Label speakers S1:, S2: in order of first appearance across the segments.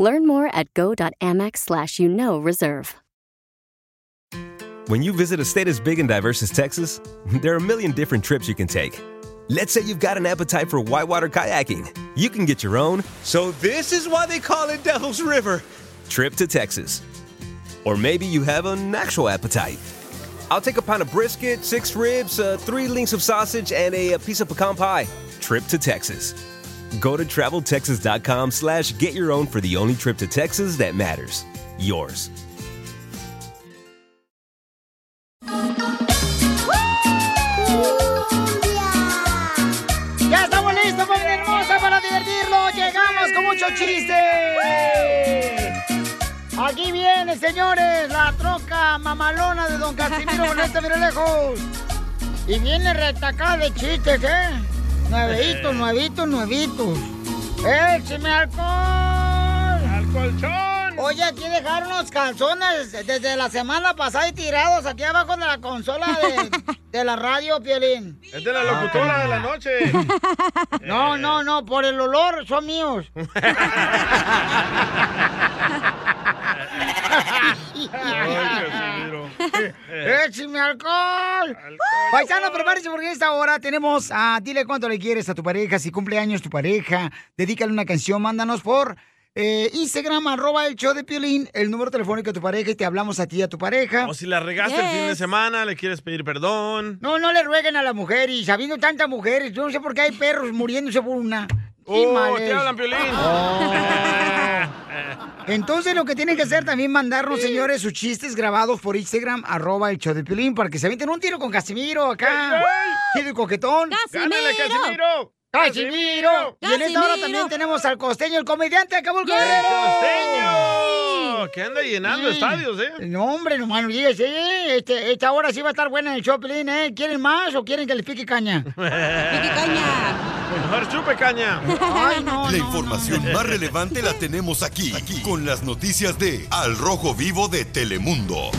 S1: Learn more at go.amex slash you know reserve.
S2: When you visit a state as big and diverse as Texas, there are a million different trips you can take. Let's say you've got an appetite for whitewater kayaking. You can get your own
S3: So this is why they call it Devil's River.
S2: trip to Texas. Or maybe you have an actual appetite. I'll take a pound of brisket, six ribs, uh, three links of sausage, and a, a piece of pecan pie. Trip to Texas. Go to traveltexas.com slash get your own for the only trip to Texas that matters. Yours.
S4: ¡Ya estamos listos, familia hermosa, para divertirlo! ¡Llegamos con mucho chiste! Aquí viene, señores, la troca mamalona de Don Casimiro Boneta lejos. Y viene retacada de chistes, ¿eh? Nuevitos, nuevitos, nuevitos. ¡Écheme alcohol! ¡Al colchón! Oye, aquí dejaron los calzones desde la semana pasada y tirados aquí abajo de la consola de, de la radio, Piolín.
S3: Es de la locutora de la noche.
S4: Ah, No, no, no, por el olor son míos. ¡Échame alcohol! Paisano, prepárese porque en esta hora tenemos a Dile cuánto le quieres a tu pareja, si cumple años tu pareja, dedícale una canción, mándanos por eh, Instagram, arroba el show de Piolín, el número telefónico de tu pareja y te hablamos a ti y a tu pareja.
S3: O Oh, si la regaste el fin de
S4: Yes.
S3: semana, le quieres pedir perdón.
S4: No, no le rueguen a la mujer y sabiendo tantas mujeres, yo no sé por qué hay perros muriéndose por una. Qué
S3: Oh,
S4: mal
S3: te
S4: es.
S3: hablan, Piolín.
S4: Entonces lo que tienen que hacer también mandarnos, señores, sus chistes grabados por Instagram, arroba el show de Piolín, para que se avienten un tiro con Casimiro acá. Tiro y coquetón.
S3: ¡Gánale, Casimiro!
S4: ¡Casimiro! Y en esta hora
S5: ¡Casimiro!
S4: también tenemos al costeño, el comediante de Acapulco
S5: ¡Yay!
S4: Guerrero.
S3: ¡Costeño! Oh, Que anda llenando
S4: Mm.
S3: estadios, ¿eh?
S4: No, hombre, no, mano, digas, eh, este, esta hora sí va a estar buena en el show, Piolín, ¿eh? ¿Quieren más o quieren que les pique caña? Pues
S3: Mejor chupe caña.
S4: Ay, no,
S6: La
S4: no.
S6: información más relevante la tenemos aquí, aquí, con las noticias de Al Rojo Vivo de Telemundo.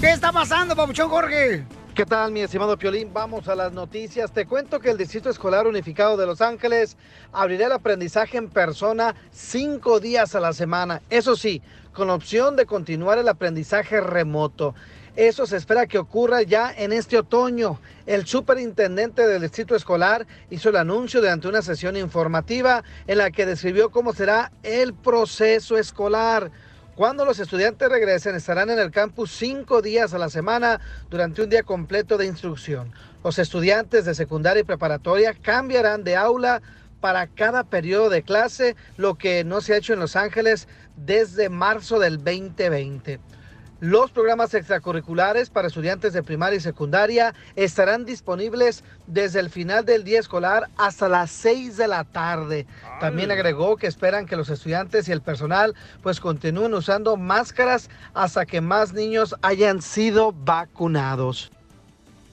S4: ¿Qué está pasando, Papuchón Jorge?
S7: ¿Qué tal, mi estimado Piolín? Vamos a las noticias. Te cuento que el Distrito Escolar Unificado de Los Ángeles abrirá el aprendizaje en persona cinco días a la semana. Eso sí, con opción de continuar el aprendizaje remoto. Eso se espera que ocurra ya en este otoño. El superintendente del Distrito Escolar hizo el anuncio durante una sesión informativa en la que describió cómo será el proceso escolar. Cuando los estudiantes regresen, estarán en el campus cinco días a la semana durante un día completo de instrucción. Los estudiantes de secundaria y preparatoria cambiarán de aula para cada periodo de clase, lo que no se ha hecho en Los Ángeles desde marzo del 2020. Los programas extracurriculares para estudiantes de primaria y secundaria estarán disponibles desde el final del día escolar hasta las 6 de la tarde. También agregó que esperan que los estudiantes y el personal pues continúen usando máscaras hasta que más niños hayan sido vacunados.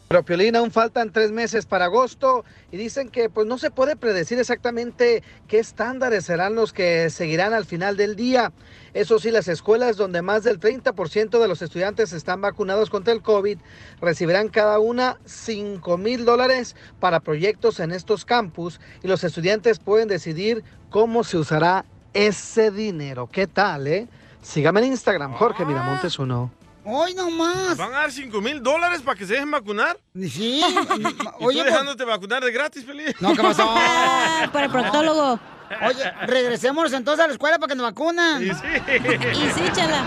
S7: Pero Piolín, aún faltan tres meses para agosto y dicen que pues no se puede predecir exactamente qué estándares serán los que seguirán al final del día. Eso sí, las escuelas donde más del 30% de los estudiantes están vacunados contra el COVID recibirán cada una 5 mil dólares para proyectos en estos campus y los estudiantes pueden decidir cómo se usará ese dinero. ¿Qué tal, eh? Sígame en Instagram, Jorge Miramontes uno.
S4: Hoy nomás.
S3: ¿Van a dar 5 mil dólares para que se dejen vacunar? ¿Y
S4: Sí. Oye,
S3: tú
S4: pues-
S3: dejándote vacunar de gratis, Piolín?
S4: No, ¿qué pasó?
S5: Por el proctólogo.
S4: Oye, regresemos entonces a la escuela para que nos vacunan.
S3: Sí, sí.
S5: Y sí, chala.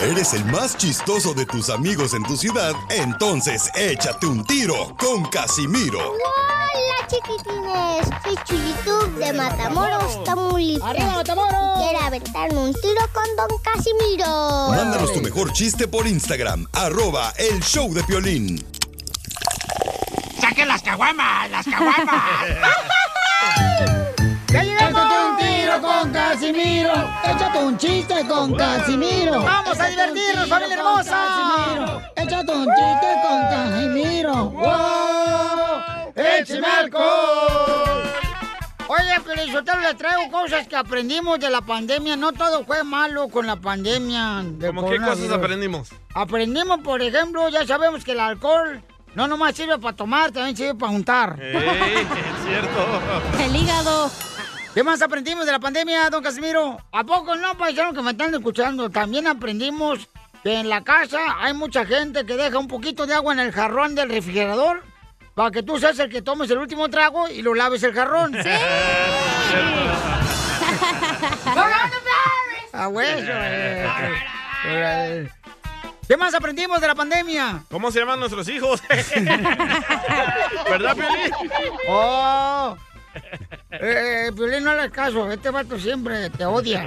S6: Eres el más chistoso de tus amigos en tu ciudad, entonces échate un tiro con Casimiro.
S8: Hola chiquitines, soy Chuyitub de Matamoros, Tamaulipas.
S4: ¡Arriba, Matamoros!
S8: Quiero aventarme un tiro con Don Casimiro.
S6: Mándanos tu mejor chiste por Instagram, arroba el show de Piolín.
S4: ¡Saquen las caguamas! ¡Las caguamas! ¡Ya llegamos! un tiro con Casimiro! ¡Échate un chiste con Casimiro!
S9: ¡Vamos a divertirnos, familia hermosa!
S4: ¡Échate un chiste con Casimiro!
S9: ¡Wow! ¡Écheme alcohol!
S4: Oye, Pelizotero, le traigo cosas que aprendimos de la pandemia. No todo fue malo con la pandemia. del
S3: ¿Cómo qué cosas
S4: coronavirus.
S3: aprendimos?
S4: Aprendimos, por ejemplo, ya sabemos que el alcohol no nomás sirve para tomar, también sirve para juntar.
S3: ¡Ey! Es cierto.
S4: El hígado. ¿Qué más aprendimos de la pandemia, don Casimiro? ¿A poco no, paisano, que me están escuchando? También aprendimos que en la casa hay mucha gente que deja un poquito de agua en el jarrón del refrigerador para que tú seas el que tomes el último trago y lo laves el jarrón. ¡Sí! ¡A hueso! eh. Eh, ¿Qué más aprendimos de la pandemia?
S3: ¿Cómo se llaman nuestros hijos? ¿Verdad, Piolín?
S4: ¡Oh! Eh, eh, Piolín, no le hagas caso, este vato siempre te odia.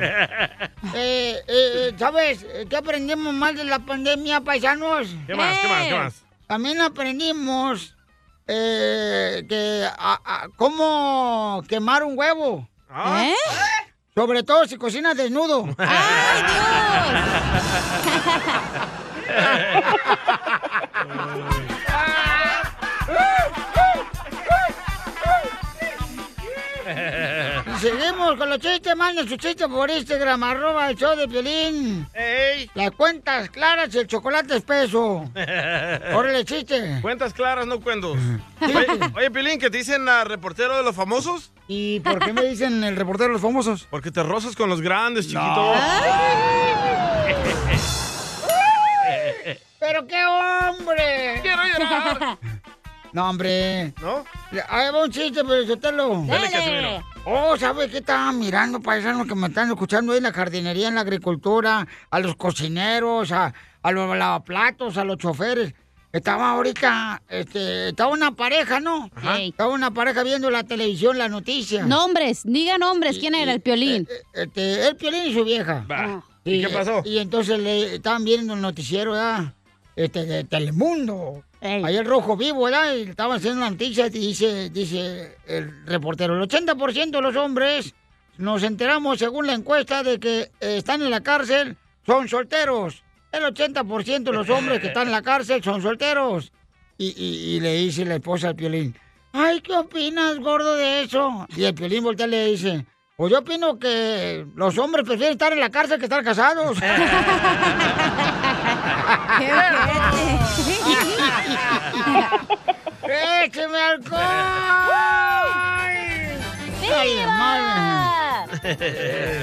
S4: Eh, eh, eh, ¿Sabes eh, qué aprendimos más de la pandemia, paisanos?
S9: ¿Qué más, qué más, qué más?
S4: También aprendimos eh, que a- a- cómo quemar un huevo.
S3: Ah.
S4: ¿Eh? Sobre todo si cocinas desnudo. ¡Ay, Y seguimos con los chistes, manden sus chistes por Instagram, arroba el show de Piolín. Las cuentas claras y el chocolate espeso.
S3: Eh.
S4: Órale, chiste.
S3: Cuentas claras, no cuentos. Oye, oye, Piolín, ¿que te dicen ah, reportero de los famosos?
S4: ¿Y por qué me dicen el reportero de los famosos?
S3: Porque te rozas con los grandes, chiquito.
S4: ¡Pero qué hombre! ¡Quiero llorar! No, hombre.
S3: ¿No?
S4: Ahí va un chiste, pero yo te lo...
S9: Dale, Casimiro.
S4: Oh, ¿sabes qué estaba mirando, paisanos, que me están escuchando ahí en la jardinería, en la agricultura, a los cocineros, a, a los lavaplatos, a los choferes? Estaba ahorita, este, estaba una pareja, ¿no? Estaba una pareja viendo la televisión, la noticia.
S5: Nombres, digan nombres. ¿Quién era el piolín?
S4: Este, el piolín y su vieja.
S5: Va. ¿Y qué pasó?
S4: Y entonces le estaban viendo el noticiero, ¿verdad? Este, de Telemundo. Ahí el rojo vivo, ¿verdad? Y estaban haciendo la noticia y dice, dice el reportero, el 80% de los hombres nos enteramos según la encuesta de que eh, están en la cárcel son solteros. El 80% de los hombres que están en la cárcel son solteros. Y, y- y le dice la esposa al Piolín, ay, ¿qué opinas, gordo, de eso? Y el Piolín voltea y le dice, pues yo opino que los hombres prefieren estar en la cárcel que estar casados. ¡Écheme alcohol! ¡Dale, madre!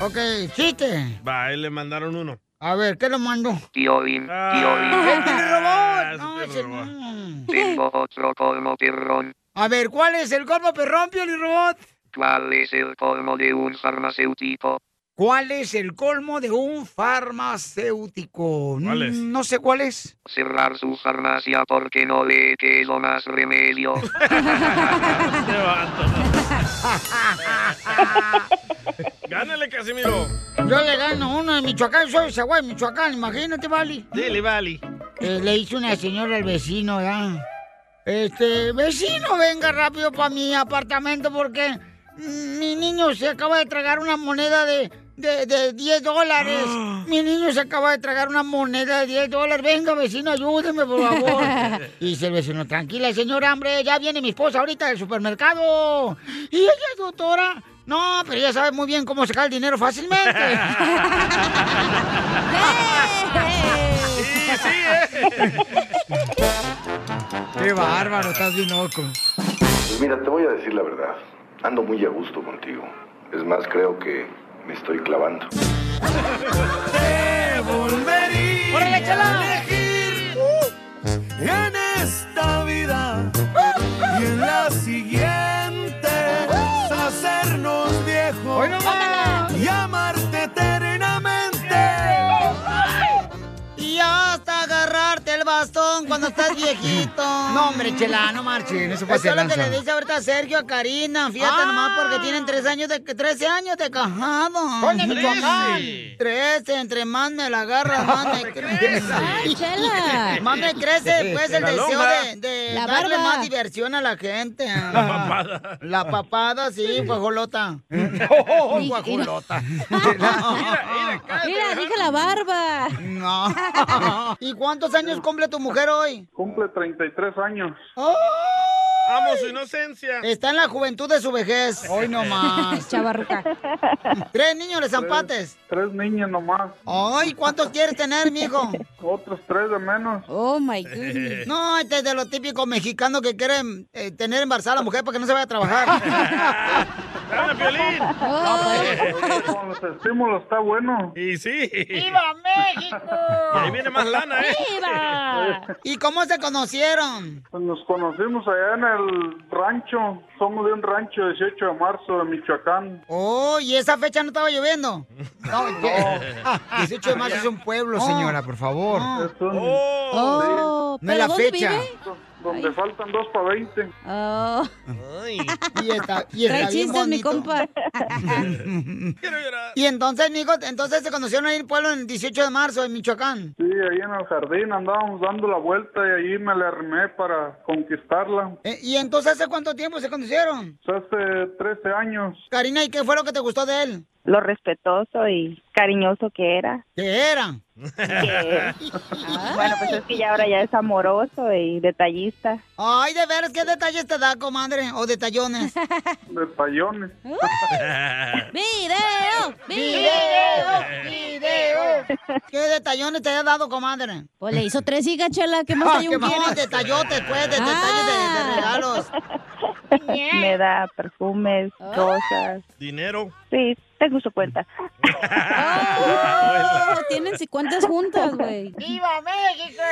S4: Ok, chiste.
S3: Va, ahí le mandaron uno.
S4: A ver, ¿qué lo mando?
S10: Tío Bim, tío
S4: ¡El
S10: Bim.
S4: perro robot!
S3: No,
S4: ese no.
S10: Tengo otro colmo perrón.
S4: A ver, ¿cuál es el colmo perrón, el Robot?
S10: ¿Cuál es el colmo de un farmacéutico?
S4: ¿Cuál es el colmo de un farmacéutico? Mm,
S10: ¿Cuál es?
S4: No sé cuál es.
S10: Cerrar su farmacia porque no le quedó más remedio.
S3: Gánale, Casimiro.
S4: Yo le gano uno de Michoacán, soy Zaguay, Michoacán, imagínate, Vali.
S3: Dile, Vali.
S4: Eh, le hizo una señora al vecino, ¿verdad? Este, vecino, venga rápido para mi apartamento porque mi niño se acaba de tragar una moneda de, de, de 10 dólares. Mi niño se acaba de tragar una moneda de 10 dólares. Venga, vecino, ayúdeme, por favor. Y dice el vecino, tranquila, señora, hombre, ya viene mi esposa ahorita del supermercado. Y ella es doctora. No, pero ella sabe muy bien cómo sacar el dinero fácilmente. Qué bárbaro, estás bien loco.
S11: Pues Mira, te voy a decir la verdad. Ando muy a gusto contigo. Es más, creo que me estoy clavando.
S9: Te volvería
S4: ¡Órale,
S9: a elegir en esta vida y en la siguiente hacernos viejos
S4: Hoy no más.
S9: y amarte eternamente.
S4: Y hasta agarrarte el bastón. corazón cuando estás viejito. No, hombre, chela, no
S12: eso
S4: marchen. Eso
S12: pasa
S4: es lo
S12: de
S4: que
S12: lanza.
S4: le dice ahorita a Sergio a Karina. Fíjate nomás porque tienen tres años de, 13 años de cajado.
S12: Ponle
S4: Michoacán.
S12: trece.
S4: Trece, entre más me la agarras, más me crece.
S12: Ay, chela.
S4: Más me crece, pues, el
S12: La
S4: deseo
S12: lonja.
S4: de, de
S12: La
S4: darle
S12: barba.
S4: más diversión a la gente. La
S12: papada.
S4: La papada, sí, Oh, guajolota. guajolota.
S5: Mira, dije la barba.
S4: No. ¿Y cuántos años cumple tu mujer hoy?
S13: Cumple 33 años.
S4: Amo su inocencia. Está en la juventud de su vejez. Hoy nomás. Chavarruca. Tres niños de zampates.
S13: Tres niños nomás.
S4: Ay, ¿cuántos quieres tener, mijo?
S13: Otros tres de menos.
S4: Oh my goodness. No, este es de los típicos mexicanos que quieren eh, tener embarazada a la mujer para que no se vaya a trabajar.
S13: ¡Dame violín!
S4: Oh. pues,
S13: Con los estímulos está bueno.
S3: Y sí.
S4: ¡Viva México!
S13: Y ahí viene más lana, ¿eh? ¡Viva!
S4: ¿Y cómo se conocieron?
S13: Pues Nos conocimos allá en el rancho. Somos de un rancho 18 de marzo de Michoacán.
S4: Oh, ¿y esa fecha no estaba lloviendo? No,
S13: No.
S4: 18 de marzo es un pueblo,
S13: Oh.
S4: señora, por favor.
S13: Es un-
S4: Oh,
S13: Sí.
S4: No es la ¿pero dónde fecha. vive? Oh.
S13: Donde faltan dos para 20.
S4: Y está, y está
S13: Trae
S4: bien
S13: chistes, mi
S4: bonito. Y entonces, mijo, entonces se conocieron ahí en el pueblo en el 18 de marzo en Michoacán.
S13: Sí, ahí en el jardín andábamos dando la vuelta y ahí me la armé para conquistarla. Pues
S4: Eh, ¿Y entonces hace cuánto tiempo se conocieron?
S13: Hace 13 años.
S4: Karina, ¿y qué fue lo que te gustó de él?
S14: Lo respetuoso y cariñoso que era.
S4: ¿Qué era?
S14: Bueno, pues es que ya ahora ya es amoroso y detallista.
S4: Ay, de veras, ¿qué detalles te da, comadre? ¿O detallones?
S13: De payones.
S4: ¡Video!
S5: ¡Video!
S4: ¡Video! ¿Qué detallones te ha dado, comadre?
S5: Pues le hizo tres hijas, chela. ¿Qué
S4: Ah,
S5: más
S4: ¿qué
S5: te
S4: más? detallotes, pues, de detalles de, de regalos.
S14: Me da perfumes,
S5: Oh.
S14: cosas.
S3: Dinero.
S14: Sí, tengo su cuenta.
S5: Oh, Tienen cuántas juntas, güey.
S4: ¡Viva México!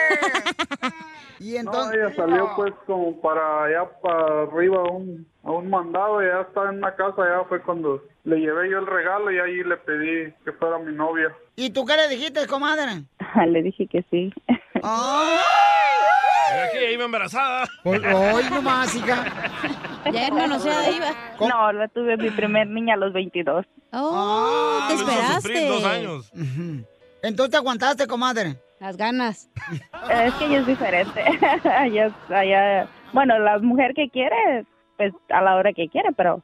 S4: y
S13: No,
S4: entonces...
S13: ella salió pues como para allá, para arriba, a un, a un mandado. Ya está en la casa, ya fue cuando le llevé yo el regalo y ahí le pedí que fuera mi novia.
S4: ¿Y tú qué le dijiste, comadre?
S14: Le dije que sí.
S4: ¡Ay!
S3: Mira que iba embarazada.
S4: ¡Ay, nomás, hija!
S14: Ya
S5: hermano, o sea, iba.
S14: No, la tuve mi primer niña a los 22.
S5: Oh,
S4: Ah, pues
S5: te esperaste.
S4: Entonces te aguantaste, comadre.
S5: Las ganas.
S14: Eh, Es que ella es diferente. Ella es- allá- bueno, la mujer que quiere, pues a la hora que quiere, pero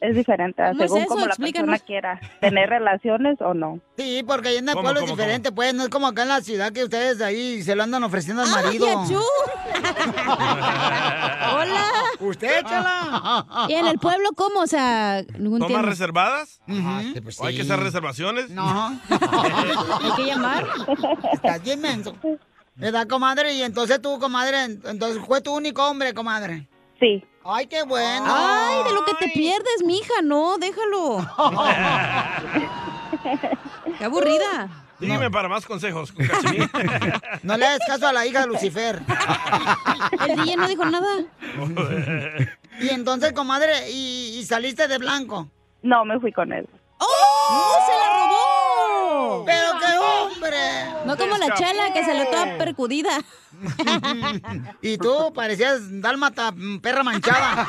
S14: es diferente
S4: ¿Cómo
S14: Ah,
S4: es
S14: según
S4: eso?
S14: como la
S4: Explícanos.
S14: persona quiera tener relaciones o no.
S4: Sí, porque ahí en el
S14: ¿Cómo,
S4: pueblo es
S14: cómo,
S4: diferente, pues. No es como acá en la ciudad que ustedes ahí se lo andan ofreciendo al marido.
S5: achú!
S4: ¡Hola! ¡Usted, chala!
S5: ¿Y en el pueblo cómo? O sea, no
S3: ¿Tomas
S5: entiendo.
S3: reservadas?
S14: pues
S3: ¿O hay
S4: sí.
S3: que hacer reservaciones?
S4: No.
S5: Hay que llamar.
S4: Estás bien menso. ¿Verdad, comadre? Y entonces tú, comadre, en- entonces fue tu único hombre, comadre.
S14: Sí.
S4: Ay, qué bueno.
S5: Ay, de lo que te pierdes, mija, no, déjalo. Qué aburrida.
S3: Dígame para más consejos. con Casimiro.
S4: No le hagas caso a la hija de Lucifer.
S5: El DJ no dijo nada.
S4: Y entonces, comadre, y, y saliste de blanco.
S14: No, me fui con él.
S5: ¡Oh! ¡Se la robó!
S4: ¡Pero qué hombre!
S5: No como la chela que se le toda percudida.
S4: Y tú parecías dálmata, mm, perra manchada.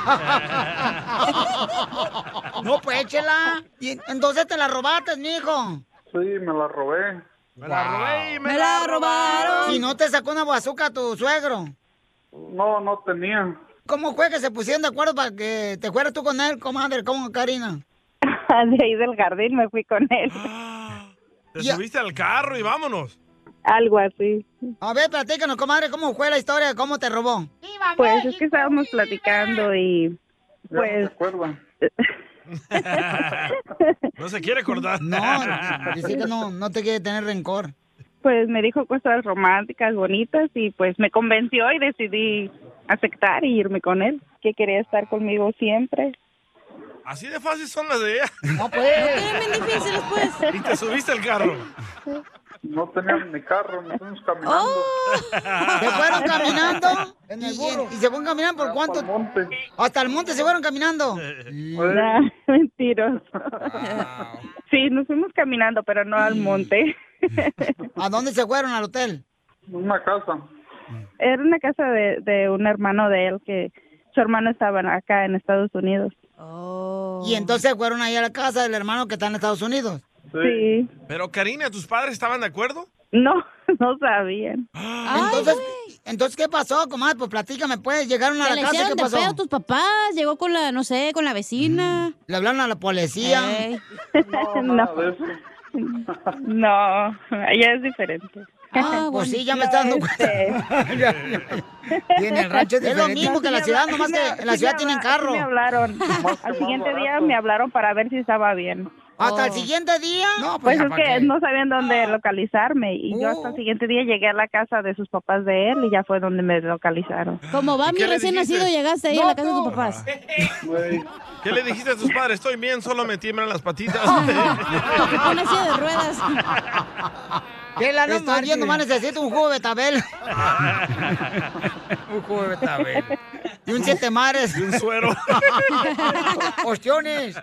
S4: No, pues échela. Y en- entonces te la robaste, mijo.
S13: Sí, me la robé. Me
S4: la
S13: robé
S4: Me la robaron. Y no te sacó una bazuca tu suegro.
S13: No, no tenía.
S4: ¿Cómo fue que se pusieron de acuerdo para que te fueras tú con él, comadre? ¿Cómo, Karina?
S14: De ahí del jardín me fui con él.
S3: Te subiste al carro y vámonos.
S14: Algo así.
S4: A ver, platícanos, comadre, ¿cómo fue la historia de cómo te robó?
S14: Pues es que estábamos platicando y pues
S3: No se quiere acordar.
S4: No, Dice que no, no te quiere tener rencor.
S14: pues me dijo cosas románticas, bonitas y pues me convenció y decidí aceptar y irme con él, que quería estar conmigo siempre.
S3: Así de fácil son las de ella.
S4: No,
S14: pues. No quedan bien difíciles, pues.
S3: Y te subiste al carro.
S13: No teníamos ni carro, nos fuimos caminando.
S4: ¿Se fueron ¡Oh! caminando? ¿Y, y- y se fueron caminando por cuánto? Hasta el monte. se fueron caminando.
S14: Nah, mentiros. Ah, Sí, nos fuimos caminando, pero no al monte.
S4: ¿A dónde se fueron al hotel?
S13: Una casa.
S14: era una casa de, de un hermano de él que su hermano estaba acá en Estados Unidos.
S4: Oh. Y entonces fueron ahí a la casa del hermano que está en Estados Unidos.
S14: Sí.
S3: Pero Karina, ¿tus padres estaban de acuerdo?
S14: No, no sabían.
S4: Entonces, entonces ¿qué pasó, comadre? Pues platícame, pues, llegaron a
S5: Se
S4: la
S5: le
S4: casa, ¿qué
S5: hicieron de
S4: pasó?
S5: pedo tus papás, llegó con la, no sé, con la vecina.
S4: Mm. Le hablaron a la policía.
S5: Ey.
S14: No, no, ella es diferente. este,
S4: Ah, pues sí, ya me está dando cuenta. Y en el rancho es
S14: Es lo
S4: diferente.
S14: mismo que en la ciudad, nomás que en la ciudad tienen carro. hablaron. Al siguiente día me hablaron para ver si estaba bien.
S4: ¿Hasta el siguiente día? No,
S14: Pues
S4: ya
S14: es
S4: pa'
S14: que
S4: qué.
S14: Oh. no sabían
S4: Ah.
S14: dónde localizarme y yo
S4: Oh.
S14: hasta el siguiente día llegué a la casa de sus papás de él y ya fue donde me localizaron.
S5: Como va
S14: ¿Y
S5: mi
S14: qué le
S5: recién
S14: dijiste?
S5: nacido, llegaste ahí a
S14: No,
S5: la casa de tus papás.
S4: Ah. Eh,
S3: ¿Qué le dijiste a tus padres? Estoy bien, solo me tiemblan las patitas.
S5: Una silla de ruedas.
S4: Que la no
S3: Está
S4: Estoy yendo,
S3: bien.
S4: más necesito un jugo de betabel. un jugo de betabel. Y un siete mares. Y
S3: un suero.
S4: Ostiones.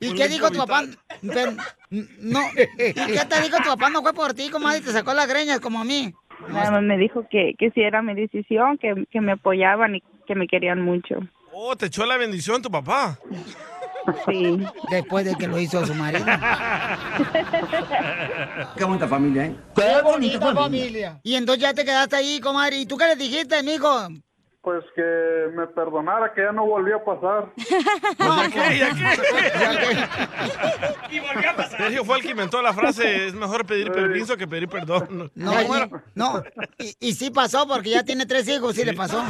S4: ¿Y
S3: Un
S4: qué dijo tu papá?
S3: Lexovital.
S4: Pero, n- no. ¿Y qué te dijo tu papá? No fue por ti, comadre, te sacó las greñas como a mí.
S14: Nada más me dijo que, que si era mi decisión, que, que me apoyaban y que me querían mucho.
S3: Oh, te echó la bendición tu papá.
S14: Sí.
S4: Después de que lo hizo su marido.
S15: Qué bonita familia, ¿eh?
S4: Y entonces ya te quedaste ahí, comadre. ¿Y tú qué le dijiste, mijo?
S13: Pues que me perdonara, que ya no volvió a pasar.
S4: pues,
S3: Sergio fue el que inventó la frase, es mejor pedir permiso que pedir perdón.
S4: No,
S3: ¿Cómo
S4: y,
S3: era?
S4: no. Y, y sí pasó porque ya tiene tres hijos, sí le pasó.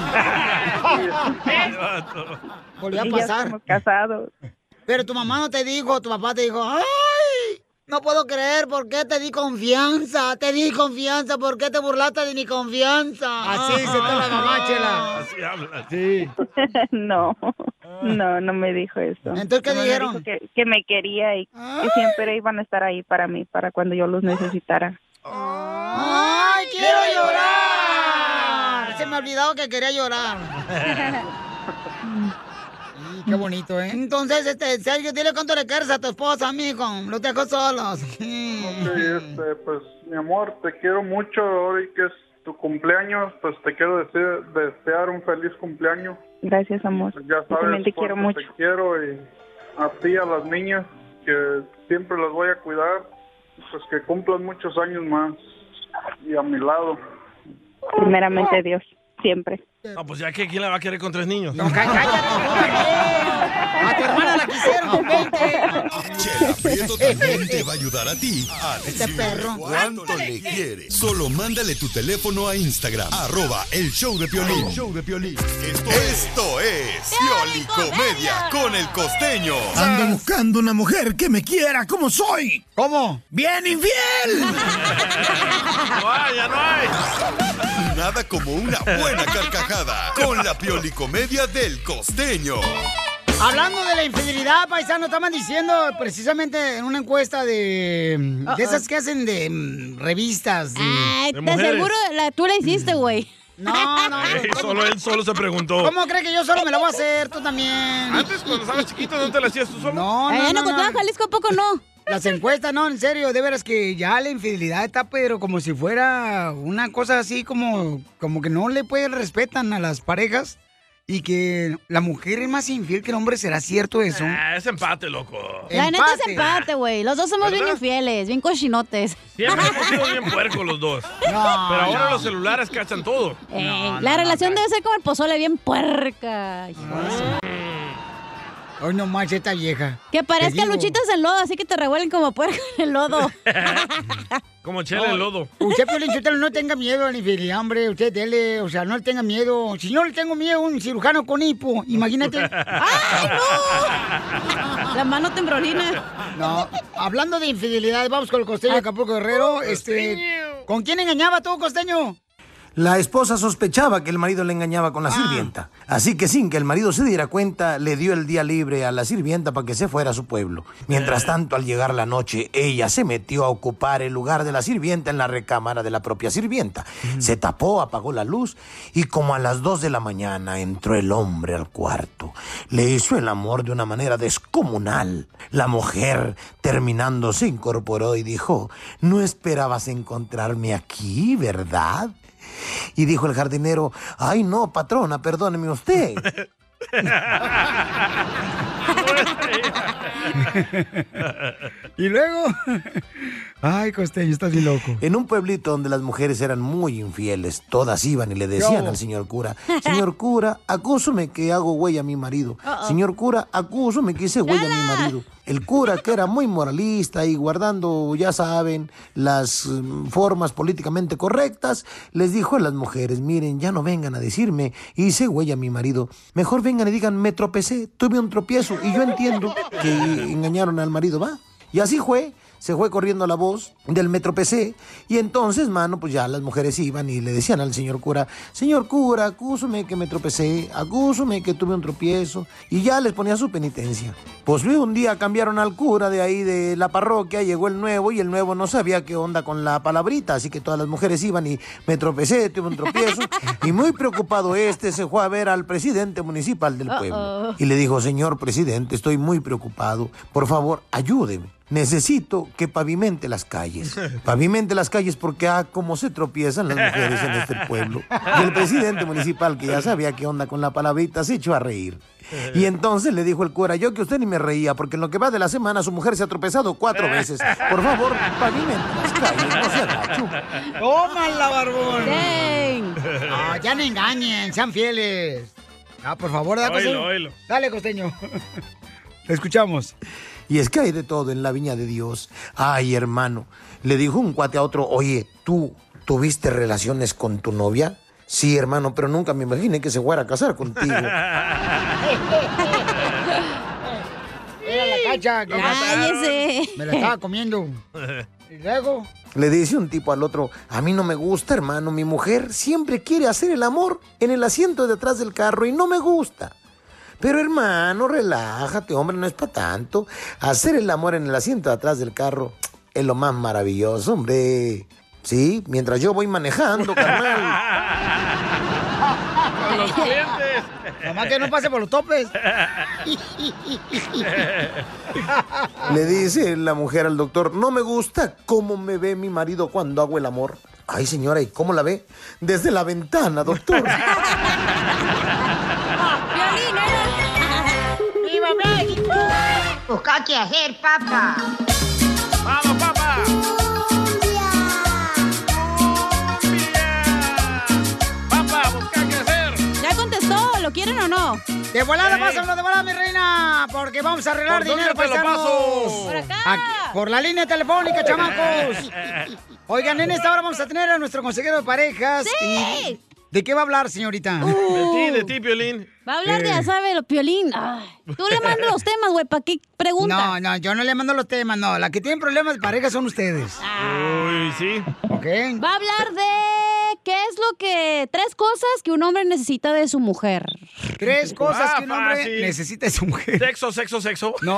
S4: Volvió a
S14: Y ya
S4: pasar.
S14: estamos casados.
S4: Pero tu mamá no te dijo, tu papá te dijo, ¡ay! No puedo creer, ¿por qué te di confianza? Te di confianza, ¿por qué te burlaste de mi confianza? Así se está la mamá, chela.
S3: Ah, Así habla.
S14: Sí. no, no, no me dijo eso.
S4: Ah. Entonces, ¿qué
S14: Nomás me
S4: dijeron? Ah.
S14: dijo Que, que me quería y que siempre iban a estar ahí para mí, para cuando yo los necesitara.
S4: ¡Ay, quiero llorar! Se me ha olvidado que quería llorar. Sí, Qué bonito, ¿eh? Entonces, este, Sergio, dile cuánto le quieres a tu esposa, amigo. Los dejo solos.
S13: Sí, este, pues, mi amor, te quiero mucho. Hoy que es tu cumpleaños, pues te quiero dese- desear un feliz cumpleaños. pues,
S14: Gracias, amor.
S13: Ya
S14: Yo
S13: sabes
S14: también te quiero
S13: cuánto
S14: mucho.
S13: te quiero y a ti, a las niñas, que siempre las voy a cuidar. Pues que cumplan muchos años más y a mi lado.
S14: Primeramente Dios, siempre.
S3: No, pues ya que quién la va a querer con tres niños.
S4: A tu hermana la quisieron con 20.
S6: Chela Prieto también te va a ayudar a ti a
S4: Este
S6: decirle
S4: perro.
S6: cuánto le quieres. Solo mándale tu teléfono a Instagram, arroba el show de Piolín.
S16: El
S6: show de Esto, esto es Pioli Comedia con el costeño.
S16: Ando buscando una mujer que me quiera como soy.
S4: ¿Cómo?
S16: ¡Bien infiel!
S3: No hay, ya no hay.
S6: Nada como una buena carcajada con la Pioli Comedia del costeño.
S4: Hablando de la infidelidad, paisano, estaban diciendo precisamente en una encuesta de, mm, de
S5: Uh-oh.
S4: esas que hacen de mm, revistas. de-
S5: Ay, te aseguro, la, tú la hiciste, güey.
S4: No, no.
S3: Eh, solo él solo se preguntó.
S4: ¿Cómo crees que yo solo me la voy a hacer? Tú también.
S3: Antes, cuando estabas chiquito, ¿no te la hacías tú solo?
S4: No,
S5: Allá en Ocotlán,
S4: Jalisco, poco no. Las encuestas, no, en serio, de veras que ya la infidelidad está, pero como si fuera una cosa así como, como que no le pueden respetan a las parejas y que la mujer es más infiel que el hombre, ¿será cierto eso?
S3: Ah, es empate, loco.
S5: La neta es
S4: Empate.
S5: empate, güey. Los dos somos bien
S4: ¿Verdad?
S5: infieles, bien cochinotes.
S3: Siempre hemos sido bien puercos los dos. Pero ahora
S5: no.
S3: los celulares cachan todo.
S4: Eh,
S5: Ey, la relación debe ser como el pozole, bien puerca.
S4: Hoy no más esta vieja.
S5: Que parezca
S4: digo.
S5: luchitas en lodo, así que te revuelen como puerca en el lodo.
S3: Como chela en lodo.
S4: Usted, Piolín Sotelo, no tenga miedo a la infidelidad, hombre. Usted, dele, o sea, no le tenga miedo. Si no le tengo miedo a un cirujano con hipo, imagínate. La mano temblorina. No, hablando de infidelidad, vamos con el costeño de Acapulco Guerrero. Este, ¿Con quién engañaba tú, costeño?
S16: La esposa sospechaba que el marido le engañaba con la sirvienta, así que sin que el marido se diera cuenta, le dio el día libre a la sirvienta para que se fuera a su pueblo. Mientras tanto, al llegar la noche, ella se metió a ocupar el lugar de la sirvienta en la recámara de la propia sirvienta. Se tapó, apagó la luz y como a las dos de la mañana entró el hombre al cuarto. Le hizo el amor de una manera descomunal. La mujer, terminando, se incorporó y dijo, no esperabas encontrarme aquí, ¿verdad? Y dijo el jardinero, ay no, patrona, perdóneme usted.
S15: y luego,
S16: ay, costeño, estás bien loco. En un pueblito donde las mujeres eran muy infieles, todas iban y le decían
S15: Bravo.
S16: al señor cura, señor cura, acúsame que hago güey a mi marido.
S15: Uh-oh.
S16: Señor cura, acúsame que hice güey a mi marido. El cura, que era muy moralista y guardando, ya saben, las mm, formas políticamente correctas, les dijo a las mujeres, miren, ya no vengan a decirme, hice güey a mi marido. Mejor vengan y digan, me tropecé, tuve un tropiezo y yo entiendo que engañaron al marido, va. Y así fue. Se fue corriendo la voz del Metro PC y entonces, mano, pues ya las mujeres iban y le decían al señor cura, señor cura, acúsame que me tropecé, acúsame que tuve un tropiezo y ya les ponía su penitencia. Pues luego un día cambiaron al cura de ahí de la parroquia, llegó el nuevo y el nuevo no sabía qué onda con la palabrita, así que todas las mujeres iban y me tropecé, tuve un tropiezo y muy preocupado este se fue a ver al presidente municipal del pueblo
S15: Uh-oh.
S16: y le dijo, señor presidente, estoy muy preocupado, por favor, ayúdeme. Necesito que pavimente las calles. Pavimente las calles porque, ah, cómo se tropiezan las mujeres en este pueblo. Y el presidente municipal, que ya sabía qué onda con la palabrita, se echó a reír. Y entonces le dijo el cura, yo que usted ni me reía, porque en lo que va de la semana su mujer se ha tropezado cuatro veces. Por favor, pavimente las calles, no sea gacho.
S4: ¡Tómala, barbón! No, ya no engañen, sean fieles. Ah, por favor, da
S15: Oilo,
S4: costeño.
S15: oilo.
S4: Dale, costeño.
S16: escuchamos. Y es que hay de todo en la viña de Dios. Ay, hermano, le dijo un cuate a otro, oye, ¿tú tuviste relaciones con tu novia? Sí, hermano, pero nunca me imaginé que se fuera a casar contigo.
S4: Era la cacha. que me-
S5: Cállese.
S4: Me la estaba comiendo. Y luego,
S16: Le dice un tipo al otro, a mí no me gusta, hermano, mi mujer siempre quiere hacer el amor en el asiento de atrás del carro y no me gusta. Pero hermano, relájate, hombre, no es para tanto. Hacer el amor en el asiento de atrás del carro es lo más maravilloso, hombre. Sí, mientras yo voy manejando, carnal.
S9: Con los clientes.
S4: Nomás que no pase por los topes.
S16: Le dice la mujer al doctor, no me gusta cómo me ve mi marido cuando hago el amor. Ay, señora, ¿y cómo la ve? Desde la ventana, doctor.
S4: ¡Viva México!
S8: Busca qué hacer, papá.
S9: ¡Vamos, papá!
S5: Papá, busca qué hacer. Ya contestó, ¿lo quieren o no?
S4: De volada, pásalo, de volada, mi reina. Ah, Porque vamos a arreglar
S5: ¿Por dónde
S4: dinero,
S5: te lo
S4: paisanos.
S5: paso? Por acá.
S4: Aquí, por la línea telefónica, chamacos. Oigan, en esta hora vamos a tener a nuestro consejero de parejas.
S5: Sí. Uh.
S4: y- ¿De qué va a hablar, señorita?
S5: De ti,
S3: De ti, Piolín.
S5: Va a hablar de
S4: Eh.
S5: Azabe, el piolín. Ay, tú le mandas los temas, güey, ¿para qué pregunta?
S4: No, no, yo no le mando los temas, no. La que tienen problemas de pareja son ustedes.
S3: Uy, sí.
S4: ¿Ok?
S5: Va a hablar de qué es lo que. Tres cosas que un hombre necesita de su mujer.
S4: Tres cosas
S3: Ah,
S4: que un hombre
S3: fácil.
S4: necesita de su mujer.
S3: Sexo, sexo, sexo.
S4: No.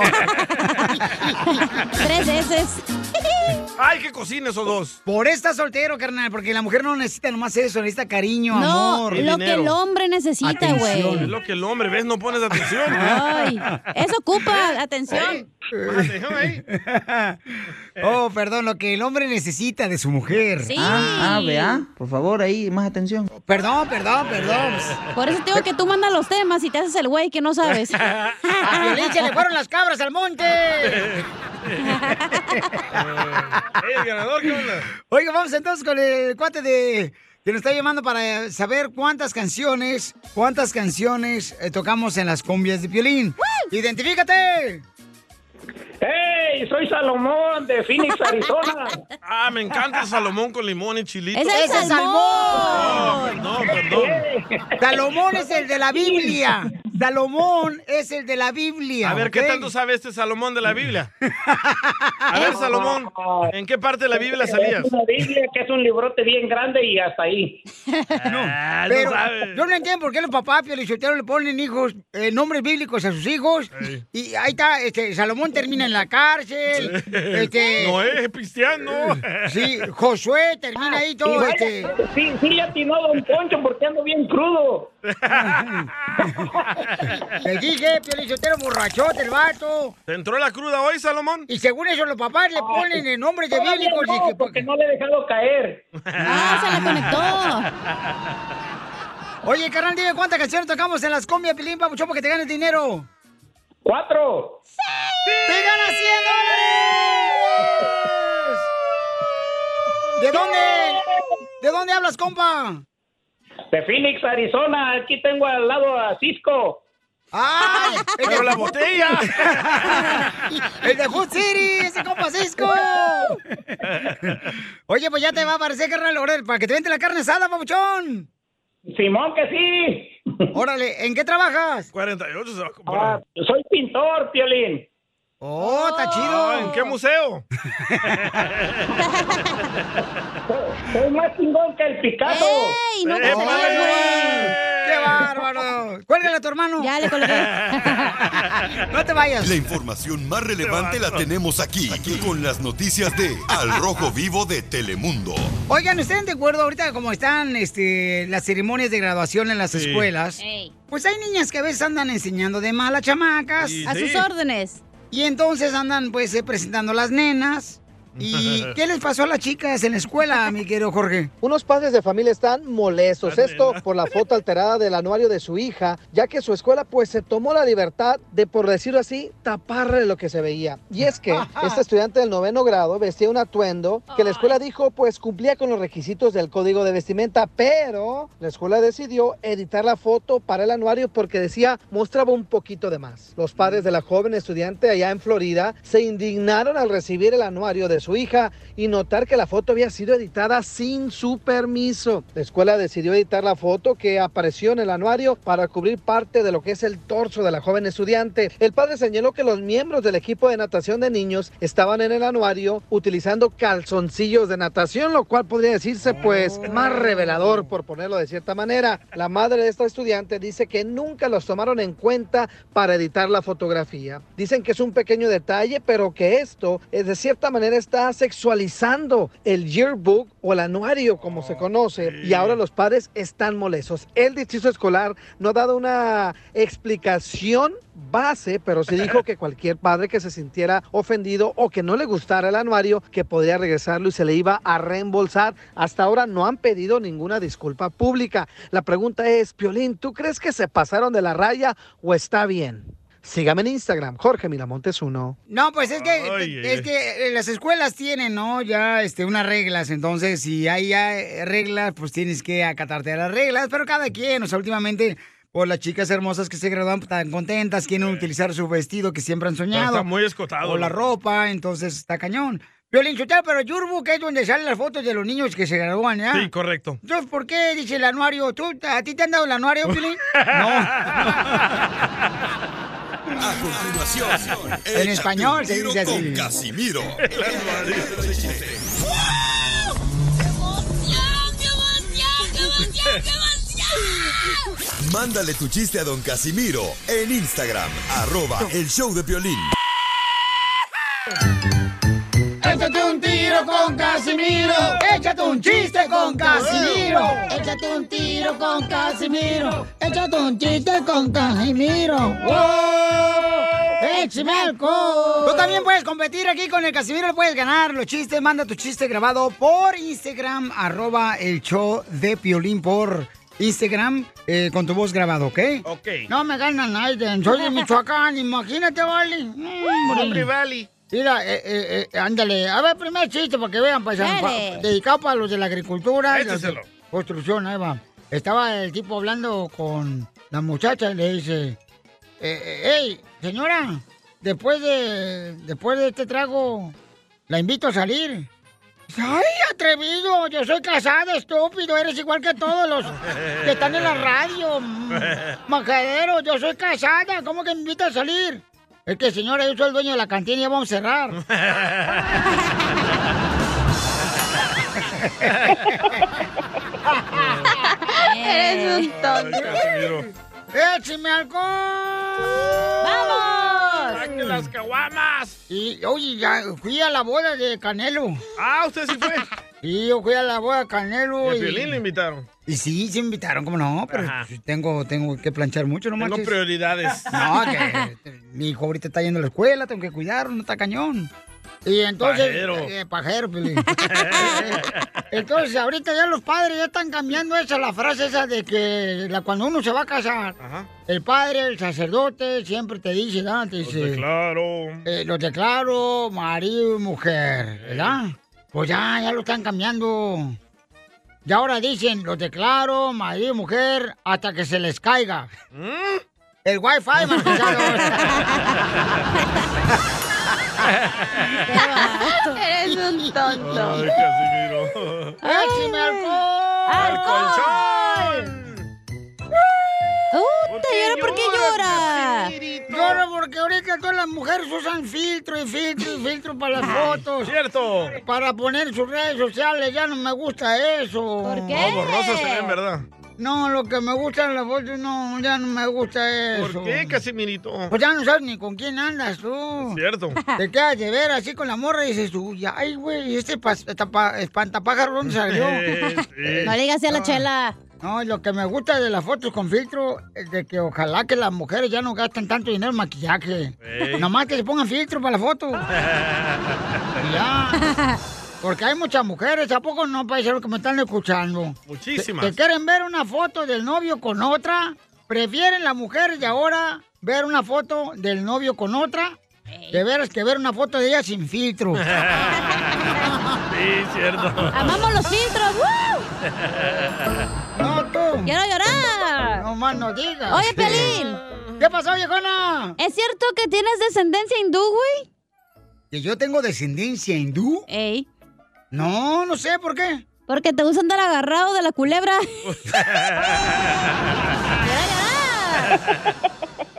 S5: Tres veces.
S3: Ay, que cocine esos dos.
S4: Por esta soltero, carnal, porque la mujer no necesita nomás eso, necesita cariño,
S5: No,
S4: amor.
S5: lo que el hombre necesita,
S3: Es
S5: güey.
S3: lo que el hombre, ¿ves? No pones atención.
S5: Ay, eso ocupa atención.
S4: Oh, perdón, lo que el hombre necesita de su mujer.
S5: Sí.
S4: Ah,
S5: Ah, vea.
S4: Por favor, ahí, más atención. Perdón, perdón, perdón.
S5: Por eso te digo que tú mandas los temas y te haces el güey que no sabes.
S4: A Piolín se le fueron las cabras al monte.
S3: el ganador, ¿qué onda?
S4: Oiga, vamos entonces con el cuate de que nos está llamando para saber cuántas canciones, cuántas canciones eh, tocamos en las cumbias de Piolín. ¡Identifícate!
S17: ¡Hey! Soy Salomón de Phoenix, Arizona.
S3: Ah, me encanta el salomón con limón y chilito.
S4: ¡Ese es Salmón!
S3: No, perdón.
S4: Salomón es el de la Biblia. Salomón es el de la Biblia.
S3: A ver, ¿qué
S4: ¿ok?
S3: tanto sabe este Salomón de la Biblia? A ver, Salomón, ¿en qué parte de la Biblia salías?
S17: Es una Biblia que es un librote bien grande y hasta ahí.
S3: Ah, no
S4: Pero
S3: sabe.
S4: yo no entiendo por qué los papás piolichoteros le ponen hijos eh, nombres bíblicos a sus hijos.
S3: Ey.
S4: Y ahí está, este, Salomón termina en la cárcel. Este,
S3: No es cristiano.
S4: Sí, Josué termina ahí
S17: Y
S4: todo.
S17: vaya,
S4: Este,
S17: Sí, sí le atinó Don Poncho porque ando bien crudo.
S4: Te dije, Piolichotero, borrachote el vato.
S3: ¿Te entró la cruda hoy, Salomón?
S4: Y según eso, los papás le ponen el nombre de
S3: Todavía
S4: bíblicos.
S3: no,
S4: porque
S17: Ah, no le he dejado caer.
S4: Ah, se la conectó. Oye, carnal, dime cuántas canciones tocamos en las combias, Pilín, papuchón, para que te ganes dinero.
S17: ¡Cuatro!
S4: ¡Te ganas 100 dólares! ¿De dónde? ¿De dónde hablas, compa?
S17: De Phoenix, Arizona. Aquí tengo al lado a Cisco.
S4: ¡Ay!
S17: ¡Pero la botella!
S4: ¡El de Hood City! ¡Ese compa Cisco! Oye, pues ya te va a aparecer, carnal, órale, para que te vente la carne asada, papuchón.
S17: Simón, que
S4: sí. Órale, ¿en qué trabajas?
S3: 48 se va a comprar.
S17: Ah, soy pintor, Piolín.
S4: Oh, está chido.
S3: ¿En qué museo?
S17: Soy más chingón que el Picasso.
S4: ¡Ey! ¡No te
S17: vale,
S4: ¡Qué bárbaro! ¡Cuélgale a tu hermano! Ya le no te vayas.
S6: La información más relevante la tenemos aquí, aquí, con las noticias de Al Rojo Vivo de Telemundo.
S4: Oigan, ¿están de acuerdo ahorita como están este, las ceremonias de graduación en las
S6: Sí.
S4: escuelas?
S5: Ey.
S4: Pues hay niñas que a veces andan enseñando de malas chamacas.
S5: A sus órdenes.
S4: Y entonces andan pues eh, presentando las nenas. ¿Y qué les pasó a las chicas en la escuela, mi querido Jorge?
S7: Unos padres de familia están molestos. Esto por la foto alterada del anuario de su hija, ya que su escuela pues se tomó la libertad de, por decirlo así, taparle lo que se veía. Y es que este estudiante del noveno grado vestía un atuendo que la escuela dijo pues cumplía con los requisitos del código de vestimenta, pero la escuela decidió editar la foto para el anuario porque decía mostraba un poquito de más. Los padres de la joven estudiante allá en Florida se indignaron al recibir el anuario de su hija y notar que la foto había sido editada sin su permiso. La escuela decidió editar la foto que apareció en el anuario para cubrir parte de lo que es el torso de la joven estudiante. El padre señaló que los miembros del equipo de natación de niños estaban en el anuario utilizando calzoncillos de natación, lo cual podría decirse pues más revelador por ponerlo de cierta manera. La madre de esta estudiante dice que nunca los tomaron en cuenta para editar la fotografía. Dicen que es un pequeño detalle, pero que esto eh, de cierta manera está sexualizando el yearbook o el anuario como se conoce y ahora los padres están molestos. El distrito escolar no ha dado una explicación base, pero sí dijo que cualquier padre que se sintiera ofendido o que no le gustara el anuario, que podría regresarlo y se le iba a reembolsar. Hasta ahora no han pedido ninguna disculpa pública. La pregunta es, Piolín, ¿tú crees que se pasaron de la raya o está bien? Sígame en Instagram, Jorge Miramontes 1.
S4: No, pues es que,
S7: Ay, ay,
S4: es
S7: ay.
S4: que eh, las escuelas tienen, ¿no? Ya este, unas reglas, entonces si hay ya, eh, reglas, pues tienes que acatarte a las reglas, pero cada quien, o sea, últimamente, por las chicas hermosas que se gradúan pues, tan contentas, quieren utilizar su vestido que siempre han soñado.
S3: Está muy escotado,
S4: O la
S3: ¿no?
S4: ropa, entonces está cañón. Violín Chotelo, pero Yurbu, que es donde salen las fotos de los niños que se gradúan, ¿ya?
S3: Sí, correcto.
S4: Entonces, ¿por qué dice el anuario? ¿Tú, ¿A ti te han dado el anuario, Violín? no.
S6: A continuación,
S4: En
S6: échate
S4: español
S6: un
S4: se
S6: tiro
S4: dice así.
S6: con Casimiro. Mándale tu chiste a don Casimiro en Instagram, arroba el show de Piolín.
S4: Échate un tiro con Casimiro. Échate un chiste con Casimiro. Échate un tiro con Casimiro. Échate un chiste con Casimiro. ¡Wow! ¡Échame alcohol! Tú también puedes competir aquí con el Casimiro, le puedes ganar los chistes. Manda tu chiste grabado por Instagram, arroba el show de Piolín por Instagram, eh, con tu voz grabado, ¿ok?
S3: Ok.
S4: No me ganan nadie, soy de Michoacán, imagínate, vale. Hombre.
S3: Hombre, vale.
S4: Mira, eh, eh, eh, ándale, a ver, primer chiste para que vean, paisano,
S3: Dale.
S4: pa- dedicado para los de la agricultura. y los de
S3: Échaselo.
S4: Construcción, ahí va. Estaba el tipo hablando con la muchacha y le dice, "Eh, hey, señora, después de, después de este trago, la invito a salir. Dice, Ay, atrevido, yo soy casado, estúpido, eres igual que todos los que están en la radio. mm, Majadero, yo soy casada, ¿cómo que me invita a salir? Es que señora, yo soy el dueño de la cantina y ya vamos a cerrar.
S5: Eres un
S4: tonto. ¡Écheme alcohol! ¡Vamos!
S3: ¡Saque las caguamas!
S4: Y, oye, ya fui a la boda de Canelo.
S3: Ah, usted sí fue.
S4: Y yo fui a la boda Canelo.
S3: Y a
S4: Y
S3: Piolín le invitaron.
S4: Y sí, se invitaron, ¿cómo no? Pero pues,
S3: Ajá.
S4: tengo, tengo que planchar mucho, no
S3: Tengo
S4: manches.
S3: prioridades.
S4: No, que mi hijo ahorita está yendo a la escuela, tengo que cuidarlo, no está cañón. Y entonces.
S3: Pajero.
S4: eh, pajero, Piolín. entonces, ahorita ya los padres ya están cambiando esa, la frase esa de que la, cuando uno se va a casar, el padre, el sacerdote, siempre te dice, ¿verdad? Te dice,
S3: declaro.
S4: eh, los declaro marido y mujer, ¿verdad? Pues ya, ya lo están cambiando. Y ahora dicen, los declaro marido y mujer hasta que se les caiga. El wifi,
S12: Eres un tonto.
S4: Ay,
S12: Casimiro.
S4: ¡Écheme
S12: alcohol! ¡Alcohol!
S5: ¡Uh, te llora porque llora!
S4: Lloro porque ahorita todas las mujeres usan filtro y filtro y filtro para las fotos.
S3: Cierto.
S4: Para poner sus redes sociales, ya no me gusta eso. ¿Por
S3: qué? No, borroso se ven, ¿verdad?
S4: No, lo que me gustan las fotos, no, ya no me gusta eso.
S3: ¿Por qué, Casimirito?
S4: Pues ya no sabes ni con quién andas tú.
S3: Cierto.
S4: Te quedas de ver así con la morra y dices tú, ya, ay, güey, este pas- tapa- espantapájaro, ¿dónde salió?
S5: Eh, sí. No le digas a la
S4: chela. No, lo que me gusta de las fotos con filtro es de que ojalá que las mujeres ya no gasten tanto dinero en maquillaje.
S12: Ey.
S4: Nomás que se pongan filtro para la foto. Ya. Porque hay muchas mujeres, ¿a poco no, paisanos, que me están escuchando?
S3: Muchísimas.
S4: Que, que quieren ver una foto del novio con otra, prefieren las mujeres de ahora ver una foto del novio con otra, que ver, que ver una foto de ella sin filtro.
S12: Sí, cierto.
S5: ¡Amamos los filtros! ¡Woo!
S4: No, tú.
S5: ¡Quiero llorar!
S4: No más no digas.
S5: Oye, Pelín.
S4: ¿Qué pasó, viejona?
S5: ¿Es cierto que tienes descendencia hindú, güey?
S4: ¿Que yo tengo descendencia hindú?
S5: Ey.
S4: No, no sé, ¿por qué?
S5: Porque te gusta andar agarrado de la culebra.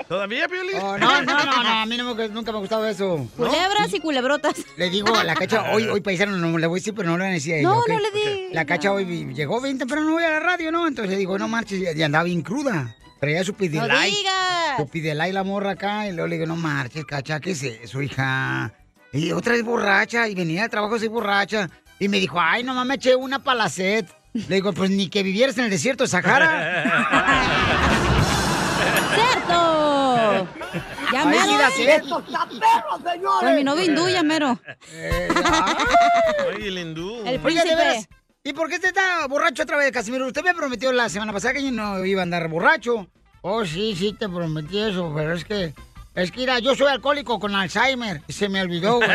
S3: ¿Todavía, Piolín?
S4: Oh, no, no, no, no, a mí no me- nunca me ha gustado eso.
S5: Culebras y culebrotas.
S4: Le digo a la cacha, hoy, hoy paisano, no le voy a decir, pero no le decía a ella.
S5: No,
S4: ¿ok?
S5: no le digas.
S4: La cacha hoy vi- llegó bien temprano hoy a la radio, ¿no? Entonces digo, no marches, y- y andaba bien cruda. Traía su
S5: ¡No
S4: pidelay.
S5: digas!
S4: Su pidelay la morra acá, y luego le digo, no marches, cacha, ¿qué es eso, hija? Y otra vez borracha, y venía de trabajo así borracha. Y me dijo, ay, nomás me eché una palacet. Le digo, pues ni que vivieras en el desierto de Sahara.
S5: ¡Cierto! ¡Ya
S4: Ay,
S5: mero!
S4: sí, la
S5: eh.
S4: cierto.
S5: Con mi novio hindú, ya mero.
S3: Ay, el hindú.
S5: El
S4: Oiga, de
S5: príncipe.
S4: veras, ¿Y por qué usted está borracho otra vez, Casimiro? Usted me prometió la semana pasada que yo no iba a andar borracho. Oh, sí, sí, te prometí eso, pero es que... Es que, mira, yo soy alcohólico con Alzheimer. Se me olvidó, güey.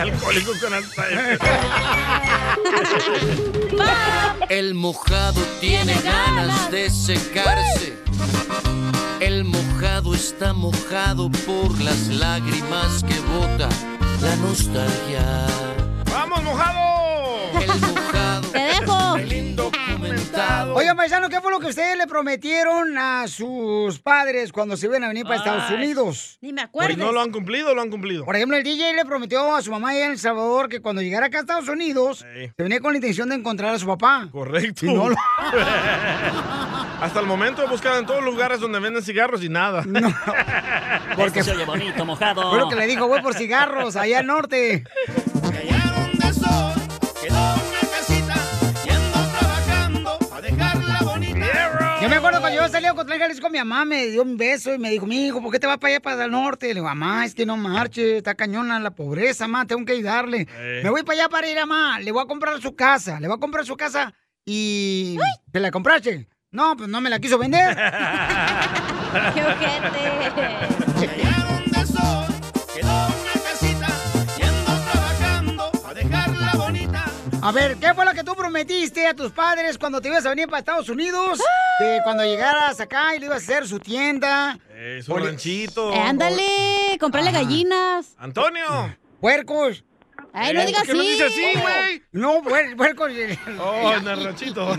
S12: Alcohólico con Alzheimer.
S18: El mojado tiene ganas de secarse. El mojado está mojado por las lágrimas que bota la nostalgia.
S3: ¡Vamos, mojado!
S18: El mojado.
S4: ¡Te dejo!
S18: indocumentado.
S4: Oiga, paisano, ¿qué fue lo que ustedes le prometieron a sus padres cuando se iban a venir para Estados
S3: Ay,
S4: Unidos?
S5: Ni me
S3: Pues no lo han cumplido, lo han cumplido.
S4: Por ejemplo, el DJ le prometió a su mamá allá en El Salvador que cuando llegara acá a Estados Unidos, se venía con la intención de encontrar a su papá.
S3: Correcto.
S4: Y no lo-
S3: Hasta el momento he buscado en todos los lugares donde venden cigarros y nada.
S4: Porque-
S12: Este se oye bonito, mojado.
S4: Fue lo que le dijo, voy por cigarros, allá al norte.
S12: donde soy, quedó una casita y ando trabajando para dejarla bonita.
S4: Yo me acuerdo cuando yo salí a Ocotlán, Jalisco, mi mamá me dio un beso y me dijo, mi hijo, ¿por qué te vas para allá, para el norte? Le digo, mamá, es que no marche, está cañona la pobreza, mamá, tengo que ayudarle.
S12: Eh.
S4: Me voy para allá para ir a mamá, le voy a comprar su casa, le voy a comprar su casa y... ¿Te la compraste? No, pues no me la quiso vender.
S12: ¡Qué donde soy, quedó una casita y ando trabajando para dejarla bonita.
S4: A ver, ¿qué fue lo que tú prometiste a tus padres cuando te ibas a venir para Estados Unidos? Que cuando llegaras acá y le ibas a hacer su tienda.
S3: Eh, su ranchito.
S5: Eh, ándale, comprarle gallinas.
S3: Antonio.
S4: Puercos.
S5: Ay, no
S3: Eh,
S5: digas
S3: ¿por qué no dice así, güey?
S4: No, puer- puercos.
S3: Oh, en el ranchito.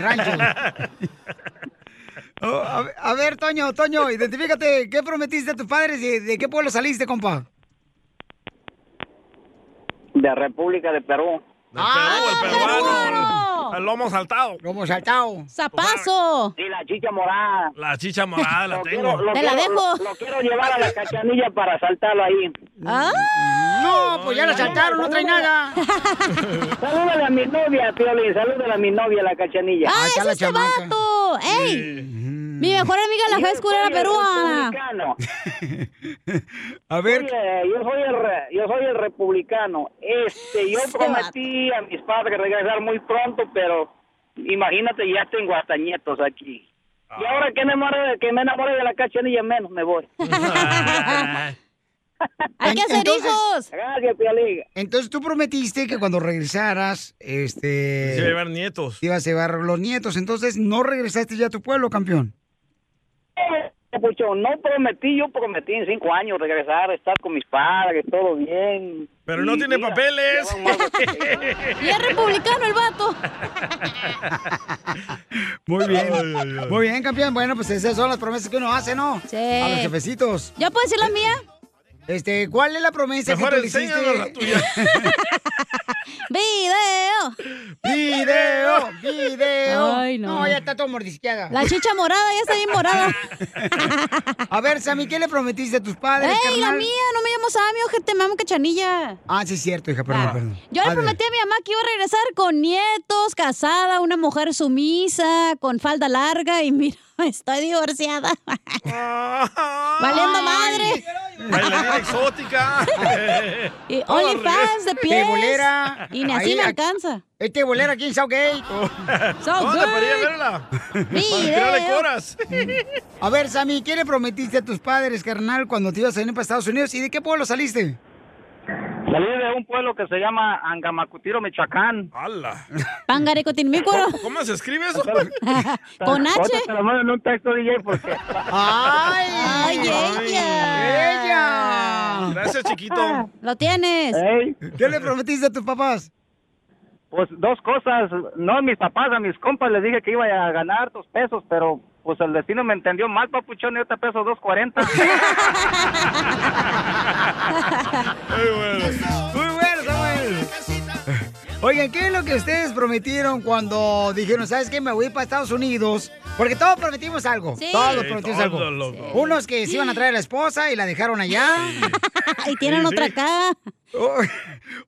S4: Oh, a, ver- a ver, Toño, Toño, identifícate. ¿Qué prometiste a tus padres y de qué pueblo saliste, compa?
S19: De República de Perú.
S5: Ah,
S3: Al peruano. Al lomo saltado.
S4: Lomo saltado.
S5: ¡Zapazo!
S20: Sí, la chicha morada.
S3: La chicha morada la tengo.
S5: Te la dejo.
S20: Lo quiero llevar a la cachanilla para saltarlo ahí.
S5: Ah.
S4: No,
S12: Oh,
S4: pues ya la saltaron, no trae nada.
S20: Salúdale a mi novia, Piolín. Salúdale a mi novia, la cachanilla.
S5: ¡Ah, es este vato! ¡Ey! Mi mejor amiga la fue escurera peruana.
S20: A ver. yo, soy el, re- yo soy el republicano. Este, yo
S5: Este
S20: prometí a mis padres regresar muy pronto, pero imagínate, ya tengo hasta nietos aquí. Y
S3: Ah.
S20: ahora que me, enamore, que me enamore de la cachanilla, menos me voy.
S5: Hay que hacer hijos.
S20: Gracias, Piolín.
S4: Entonces tú prometiste que cuando regresaras, este...
S3: Se iba a llevar nietos.
S4: Te ibas a llevar los nietos. Entonces no regresaste ya a tu pueblo, campeón.
S20: Pucho, no prometí, yo prometí en cinco años regresar, estar con mis padres, todo bien.
S3: Pero no
S20: Y
S3: tiene
S20: mira,
S3: papeles.
S5: Y es republicano el vato.
S4: Muy bien. Muy bien, campeón. Bueno, pues esas son las promesas que uno hace, ¿no? Sí. A los jefecitos.
S5: ¿Ya puedo decir la mía?
S4: Este, ¿cuál es la promesa
S5: Mejor
S4: que tú le hiciste?
S5: enséñanos la ¡Video!
S4: ¡Video! ¡Video!
S5: Ay, no.
S4: ya está todo mordisqueada.
S5: La chicha morada ya está bien morada.
S4: A ver, Sammy, ¿qué le prometiste a tus padres,
S5: ¡Ey, la
S4: carnal?
S5: mía! No me llamo Sammy, ojete, me llamo Cachanilla.
S4: Ah, sí, es cierto, hija, perdón, perdón.
S5: Yo le
S4: A ver.
S5: prometí a mi mamá que iba a regresar con nietos, casada, una mujer sumisa, con falda larga y mira, estoy divorciada. Valiendo madre.
S3: Bailarina exótica.
S5: Y eh, OnlyFans de pies.
S4: Tebolera.
S5: Y ni así
S4: Este Ahí,
S5: me
S4: aquí.
S5: alcanza.
S4: Es tebolera aquí en Southgate.
S5: Oh. Southgate.
S3: No, debería verla. Para tirarle coras.
S4: A ver, Sammy, ¿qué le prometiste a tus padres, carnal, cuando te ibas a venir para Estados Unidos? ¿Y de qué pueblo saliste?
S20: Salí de un pueblo que se llama Angamacutiro, Michoacán.
S3: ¡Hala!
S5: Pangareco tinmícuaro.
S3: ¿Cómo se escribe eso?
S5: Con H.
S20: Ahorita te lo mando en un texto, DJ, porque...
S4: ¡Ay!
S5: ¡Ay, ella!
S12: Ah.
S4: ¡Ella!
S20: Gracias, chiquito.
S5: Lo tienes.
S4: ¿Qué le prometiste a tus papás?
S20: Pues dos cosas, no a mis papás, a mis compas les dije que iba a ganar dos pesos, pero pues el destino me entendió mal, papuchón, y te peso dos cuarenta.
S5: Eh,
S4: Muy bueno, Samuel. Oigan, ¿qué es lo que ustedes prometieron cuando dijeron, sabes qué, me voy para Estados Unidos? Porque todos prometimos algo.
S5: Sí.
S4: Todos
S5: Sí,
S4: prometimos
S5: todos,
S4: algo.
S5: loco.
S4: Unos que se iban a traer a la esposa y la dejaron allá. Oh,
S5: Y tienen otra acá.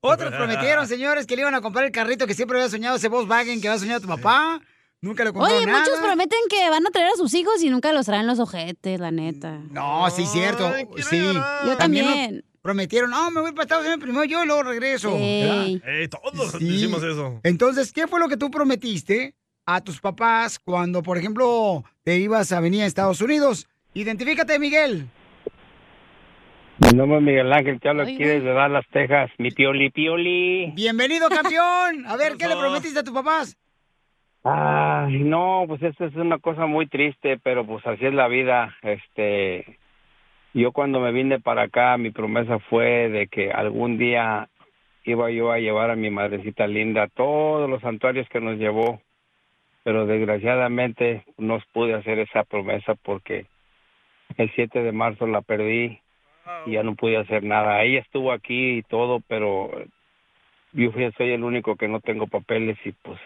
S4: Otros prometieron, señores, que le iban a comprar el carrito que siempre había soñado, ese Volkswagen que había soñado tu papá. Nunca lo compró
S5: Oye,
S4: nada.
S5: muchos prometen que van a traer a sus hijos y nunca los traen los ojetes, la neta.
S4: No, sí, cierto. sí.
S5: Yo
S4: nos
S5: también.
S4: Prometieron, no, me voy para Estados Unidos primero yo y luego regreso.
S5: Sí.
S3: Ey, todos hicimos eso.
S4: Entonces, ¿qué fue lo que tú prometiste a tus papás cuando, por ejemplo, te ibas a venir a Estados Unidos? Identifícate, Miguel.
S21: Mi nombre es Miguel Ángel, te hablo
S4: Ay,
S21: aquí
S4: güey.
S21: desde Dallas, Texas. Mi pioli, pioli.
S4: Bienvenido, campeón. A ver, ¿qué le prometiste a tus papás?
S21: Ay, no, pues esta es una cosa muy triste, pero pues así es la vida. Este, yo cuando me vine para acá, mi promesa fue de que algún día iba yo a llevar a mi madrecita linda a todos los santuarios que nos llevó, pero desgraciadamente no pude hacer esa promesa porque el 7 de marzo la perdí y ya no pude hacer nada. Ella estuvo aquí y todo, pero yo fui- soy el único que no tengo papeles y pues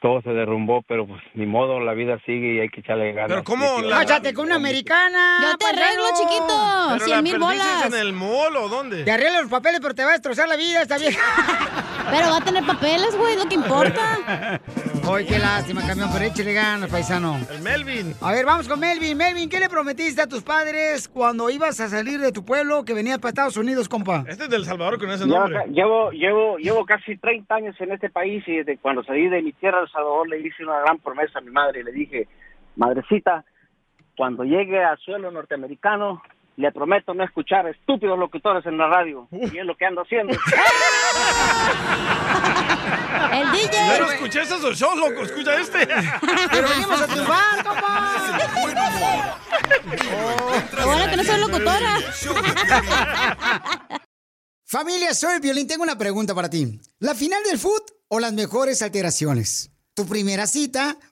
S21: todo se derrumbó, pero pues ni modo, la vida sigue y hay que echarle ganas.
S3: Pero ¿cómo
S21: Sí, sí,
S3: la-
S4: Cásate con una americana. pues,
S5: Yo te arreglo, chiquito.
S3: Pero la perdiste en el mall o dónde?
S4: Te arreglo los papeles, pero te va a destrozar la vida esta vieja.
S5: Pero va a tener papeles, güey, lo que importa.
S4: Ay, qué lástima, camión, pero échale ganas, paisano.
S3: El Melvin.
S4: A ver, vamos con Melvin. Melvin, ¿qué le prometiste a tus padres cuando ibas a salir de tu pueblo que venías para Estados Unidos, compa?
S3: Este es del Salvador con ese
S21: Ya,
S3: nombre.
S21: ca-
S20: Llevo, llevo, llevo casi 30 años en este país y desde cuando salí de mi tierra, El Salvador, le hice una gran promesa a mi madre. Le dije, madrecita, cuando llegue al suelo norteamericano, le prometo no escuchar estúpidos locutores en la radio.
S4: Uh.
S20: Y es lo que ando haciendo.
S5: El DJ.
S3: Pero escuché esos shows, loco. Escucha este.
S4: Pero venimos a triunfar, compa.
S5: Ahora que no soy locutora.
S4: Familia, soy el Violín. Tengo una pregunta para ti. ¿La final del foot o las mejores alteraciones? ¿Tu primera cita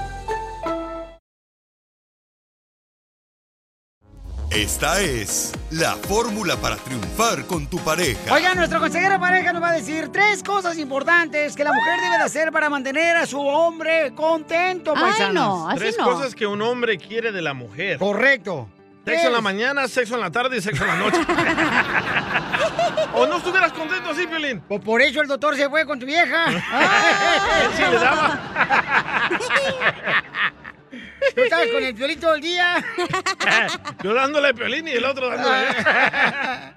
S6: Esta es la fórmula para triunfar con tu pareja.
S4: Oiga, nuestro consejero de pareja nos va a decir tres cosas importantes que la mujer debe de hacer para mantener a su hombre contento, paisanos.
S3: Tres cosas que un hombre quiere de la mujer.
S4: Correcto.
S3: Sexo en la mañana, sexo en la tarde y sexo en la noche. ¿O no estuvieras contento así, Piolín?
S4: Pues por eso el doctor se fue con tu vieja.
S3: Sí, le daba.
S4: Tú estabas con el piolín todo el día.
S3: Yo dándole Piolín y el otro dándole... ¿eh?
S4: Ah,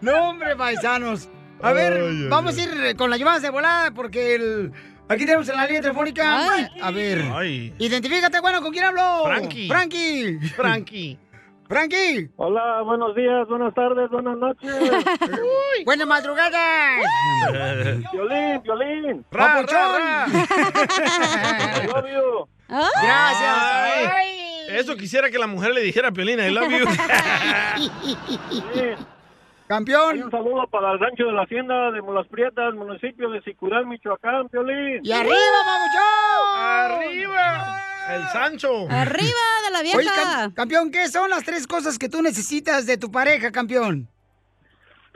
S4: No, hombre, paisanos. A ver,
S3: Ay, ay,
S4: vamos a ir con las llamadas de volada porque el... Aquí tenemos en la línea telefónica. A ver.
S3: Ay.
S4: Identifícate, bueno, ¿con quién hablo?
S3: Frankie.
S4: Frankie.
S3: Frankie.
S4: Frankie.
S22: Hola, buenos días, buenas tardes, buenas noches.
S4: Buenas madrugadas.
S3: Ah,
S22: violín, violín.
S4: Ra, ra,
S22: I love you.
S4: Gracias.
S3: Ay. Eso quisiera que la mujer le dijera a Piolín, I love you.
S4: Campeón.
S22: un saludo para el rancho de la hacienda de Mulas Prietas, municipio de Sicurán, Michoacán, violín.
S4: ¡Y arriba, mamuchón!
S3: ¡Arriba! ¡El Sancho!
S5: ¡Arriba de la vieja!
S4: Oye, cam- campeón, ¿qué son las tres cosas que tú necesitas de tu pareja, campeón?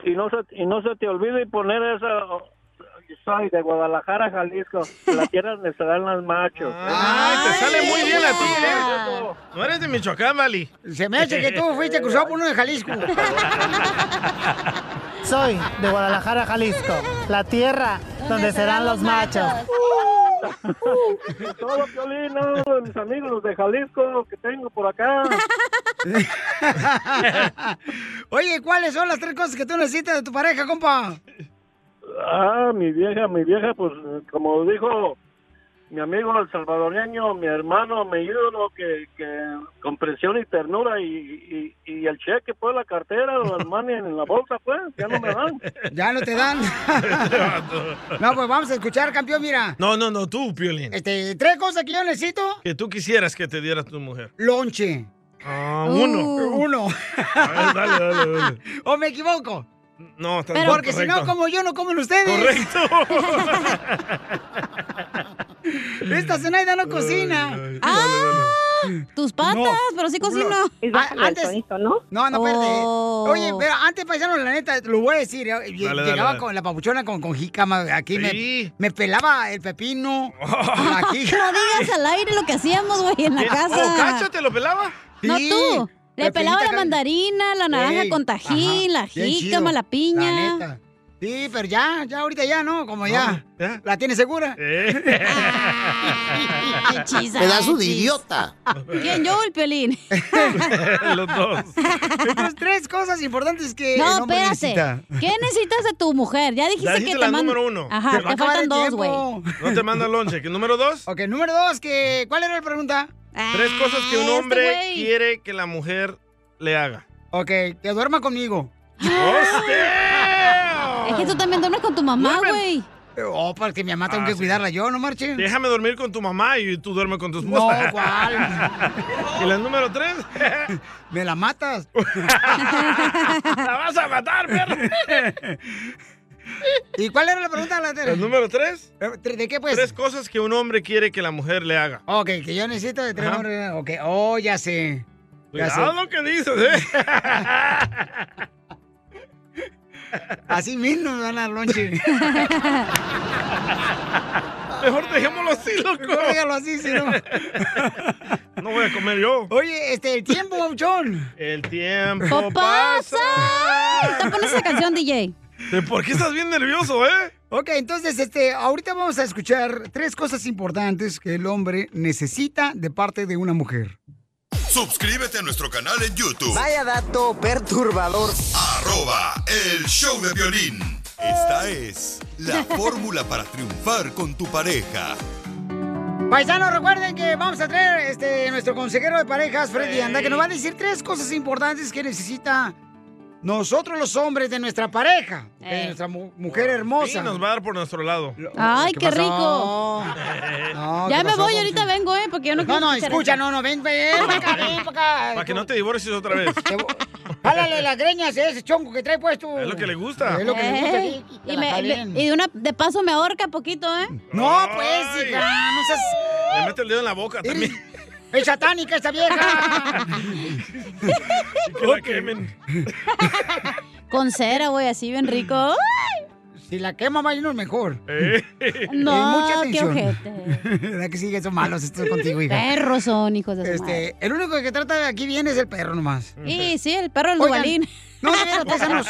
S22: Y no, se, y no se te olvide poner esa... Soy de Guadalajara, Jalisco. La tierra donde serán los machos.
S3: Ay, te sale muy bien a ti, ¿eh? No eres de Michoacán, Vali.
S4: Se me hace que tú fuiste cruzado por uno de Jalisco.
S23: Soy de Guadalajara, Jalisco, la tierra donde serán los machos.
S22: Y todo, Piolín, no, de mis amigos los de Jalisco que tengo por acá.
S4: Oye, ¿cuáles son las tres cosas que tú necesitas de tu pareja, compa?
S22: Ah, mi vieja, mi vieja, pues como dijo mi amigo el salvadoreño, mi hermano, mi ídolo, que, que comprensión y ternura y, y, y el cheque, pues la cartera o el money en la bolsa, pues, ya no me dan.
S4: Ya no te dan. No, pues vamos a escuchar, campeón, mira.
S3: No, no, no, tú, Piolín.
S4: Este, tres cosas que yo necesito.
S3: Que tú quisieras que te diera tu mujer.
S4: Lonche. Uh.
S3: Ah, uno.
S4: Uno.
S3: A ver, dale, dale, dale.
S4: ¿O me equivoco?
S3: No, está bien,
S4: Porque si no,
S3: correcto.
S4: como yo, no comen ustedes.
S3: Correcto.
S4: Esta Zenaida no cocina.
S5: Tus patas, pero sí cocino.
S4: Ah, antes...
S14: ¿no?
S4: No, no, espérate.
S5: Oh.
S4: Oye, pero antes, paisano, la neta, lo voy a decir. yo- yo
S5: Dale, dale,
S4: llegaba
S5: dale.
S4: con la papuchona, con, con jícama, aquí
S3: Sí.
S4: me, me pelaba el pepino.
S5: No
S4: Aquí.
S5: digas al aire lo que hacíamos, güey, en la
S3: ¿Qué?
S5: casa.
S3: ¿Oh, Cacho te lo pelaba?
S5: No
S4: Sí,
S5: tú. Le
S4: la
S5: pelaba
S4: pelita
S5: la
S4: acá.
S5: mandarina, la naranja
S4: Ey,
S5: con tajín,
S4: ajá,
S5: la
S4: bien chido,
S5: jícama, la piña.
S4: la neta. Sí, pero ya, ya ahorita ya, ¿no? Como ya. ¿La tienes segura?
S3: Eh.
S16: Pedazo de idiota.
S5: ¿Quién, yo o el Pelín?
S4: Los dos. tres cosas importantes que.
S5: No,
S4: el hombre
S5: espérate.
S4: necesita.
S5: ¿Qué necesitas de tu mujer? Ya dijiste,
S3: Ya
S5: que
S3: dijiste
S5: te
S3: la
S5: mand-
S3: número uno. Se
S5: Ajá,
S3: va a
S5: te
S3: acabar
S5: faltan
S3: el
S5: dos, güey.
S3: tiempo. No te manda lonche. ¿Qué número dos?
S4: Ok, número dos, que, ¿cuál era la pregunta?
S3: Tres cosas que
S5: este
S3: un hombre quiere que la mujer le haga.
S4: este Ok, que duerma conmigo.
S5: Es que tú también duermes con tu mamá,
S4: Duermen.
S5: güey.
S4: Oh, porque mi mamá tengo
S3: Ah,
S4: que
S3: sí.
S4: cuidarla yo, no marche.
S3: Déjame dormir con tu mamá y tú duermes con tu
S4: No,
S3: esposa.
S4: ¿cuál?
S3: ¿Y la número tres?
S4: Me la matas.
S3: ¡La vas a matar, perro!
S4: ¿Y cuál era la pregunta? La,
S3: ¿El número tres?
S4: ¿De qué pues?
S3: Tres cosas que un hombre quiere que la mujer le haga.
S4: Ok, que yo necesito de tres hombres. Ok, oh, ya sé. Ya sé.
S3: Cuidado lo que dices, ¿eh?
S4: Así mismo me van a dar lonche.
S3: Mejor dejémoslo así, loco.
S4: Mejor déjalo así, si no.
S3: No voy a comer yo.
S4: Oye, este, el tiempo, John.
S3: El tiempo
S5: ¡No
S3: pasa.
S5: pasa! Te pones esa canción, DJ.
S3: ¿Por qué estás bien nervioso, eh?
S4: Ok, entonces, este, ahorita vamos a escuchar tres cosas importantes que el hombre necesita de parte de una mujer.
S6: Suscríbete a nuestro canal en YouTube.
S4: dato perturbador.
S6: Arroba el show de violín. Esta es la fórmula para triunfar con tu pareja.
S4: Paisanos, recuerden que vamos a traer este, nuestro consejero de parejas, Freddy Anda, que nos va a decir tres cosas importantes que necesita nosotros los hombres de nuestra pareja, de
S5: Eh.
S3: Ey.
S4: Eh, nuestra mu- mujer
S3: Sí,
S4: hermosa.
S3: nos va a dar por nuestro lado.
S5: Ay, qué, rico.
S4: No,
S5: ya
S4: ¿qué
S5: me
S4: pasó,
S5: voy,
S4: Poncho?
S5: ahorita vengo, ¿eh? Porque yo no
S4: No,
S5: quiero
S4: no,
S5: escuchar
S4: escucha,
S5: esto.
S4: no, no, ven, ven, ven acá, ven para acá.
S3: Para que no te divorcies otra vez.
S4: Jálale las greñas a ese chonco que trae puesto.
S3: Es lo que le gusta.
S4: Es lo que le gusta.
S5: Ey,
S4: sí, que
S5: y,
S4: la
S5: me-
S4: jalen.
S5: me- y de, una, de paso me ahorca poquito, ¿eh?
S4: No, pues, hija, no seas...
S3: Le mete el dedo en la boca también.
S4: ¡Es satánica esta vieja!
S3: Que la quemen.
S5: Con cera, güey, así bien rico. ¡Ay!
S4: Si la quema, váyanos mejor.
S3: Eh.
S5: No,
S4: Y mucha
S5: qué
S4: atención. ¿Verdad que sí? Que son malos estos contigo, hija.
S5: Perros son, hijos de su
S4: Este, el único que trata de aquí bien es el perro nomás.
S5: Y sí, el perro del
S4: Oigan,
S5: Dubalín.
S4: No, de veras, paisanos.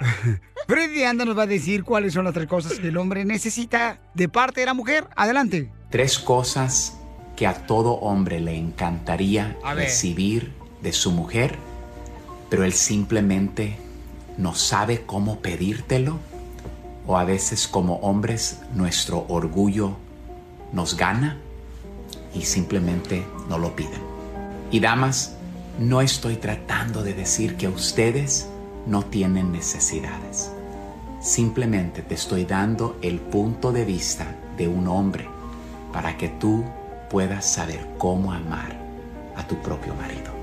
S4: Freddy Anda nos va a decir cuáles son las tres cosas que el hombre necesita de parte de la mujer. Adelante.
S1: Tres cosas que a todo hombre le encantaría
S4: A ver.
S1: recibir de su mujer, pero él simplemente no sabe cómo pedírtelo o a veces como hombres nuestro orgullo nos gana y simplemente no lo piden. Y damas, no estoy tratando de decir que ustedes no tienen necesidades. Simplemente te estoy dando el punto de vista de un hombre para que tú puedas saber cómo amar a tu propio marido.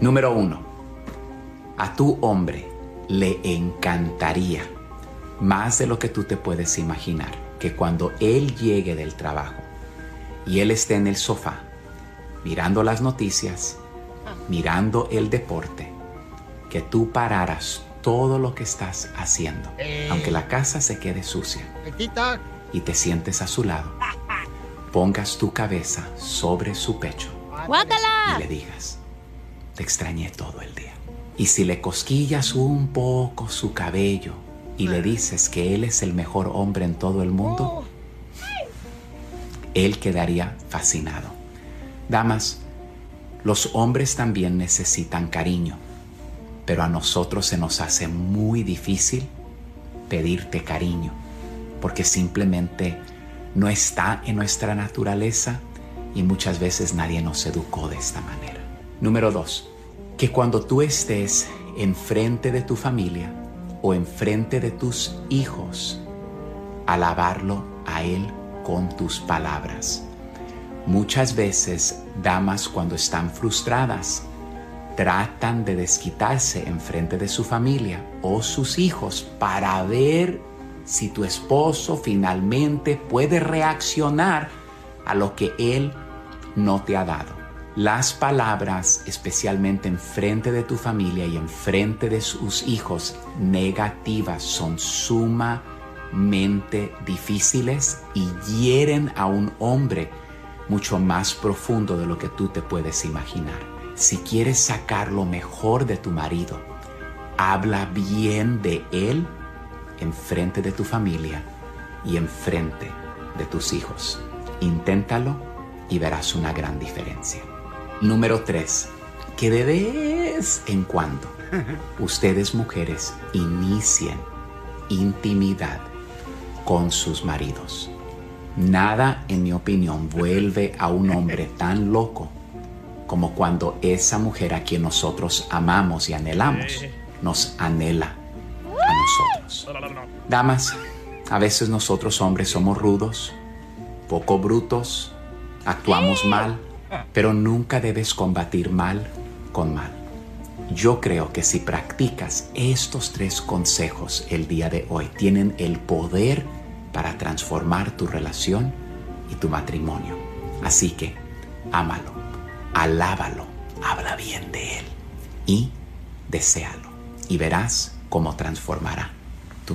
S1: Número uno, a tu hombre le encantaría más de lo que tú te puedes imaginar que cuando él llegue del trabajo y él esté en el sofá mirando las noticias, mirando el deporte, que tú pararas todo lo que estás haciendo, aunque la casa se quede sucia
S4: Petita.
S1: y te sientes a su lado, pongas tu cabeza sobre su pecho y
S5: ¡Guácala!
S1: le digas, te extrañé todo el día. Y si le cosquillas un poco su cabello y le dices que él es el mejor hombre en todo el mundo, él quedaría fascinado. Damas, los hombres también necesitan cariño, pero a nosotros se nos hace muy difícil pedirte cariño, porque simplemente no está en nuestra naturaleza y muchas veces nadie nos educó de esta manera. Número dos, que cuando tú estés enfrente de tu familia o enfrente de tus hijos, alabarlo a él con tus palabras. Muchas veces damas cuando están frustradas tratan de desquitarse enfrente de su familia o sus hijos para ver si tu esposo finalmente puede reaccionar a lo que él no te ha dado. Las palabras, especialmente en frente de tu familia y en frente de sus hijos, negativas son sumamente difíciles y hieren a un hombre mucho más profundo de lo que tú te puedes imaginar. Si quieres sacar lo mejor de tu marido, habla bien de él enfrente de tu familia y enfrente de tus hijos. Inténtalo y verás una gran diferencia. Número 3. Que de vez en cuando ustedes mujeres inicien intimidad con sus maridos. Nada, en mi opinión, vuelve a un hombre tan loco como cuando esa mujer a quien nosotros amamos y anhelamos nos anhela a nosotros. Damas, a veces nosotros hombres somos rudos, poco brutos, actuamos mal, pero nunca debes combatir mal con mal. Yo creo que si practicas estos tres consejos el día de hoy, tienen el poder para transformar tu relación y tu matrimonio. Así que, ámalo, alábalo, habla bien de él y deséalo. Y verás cómo transformará tu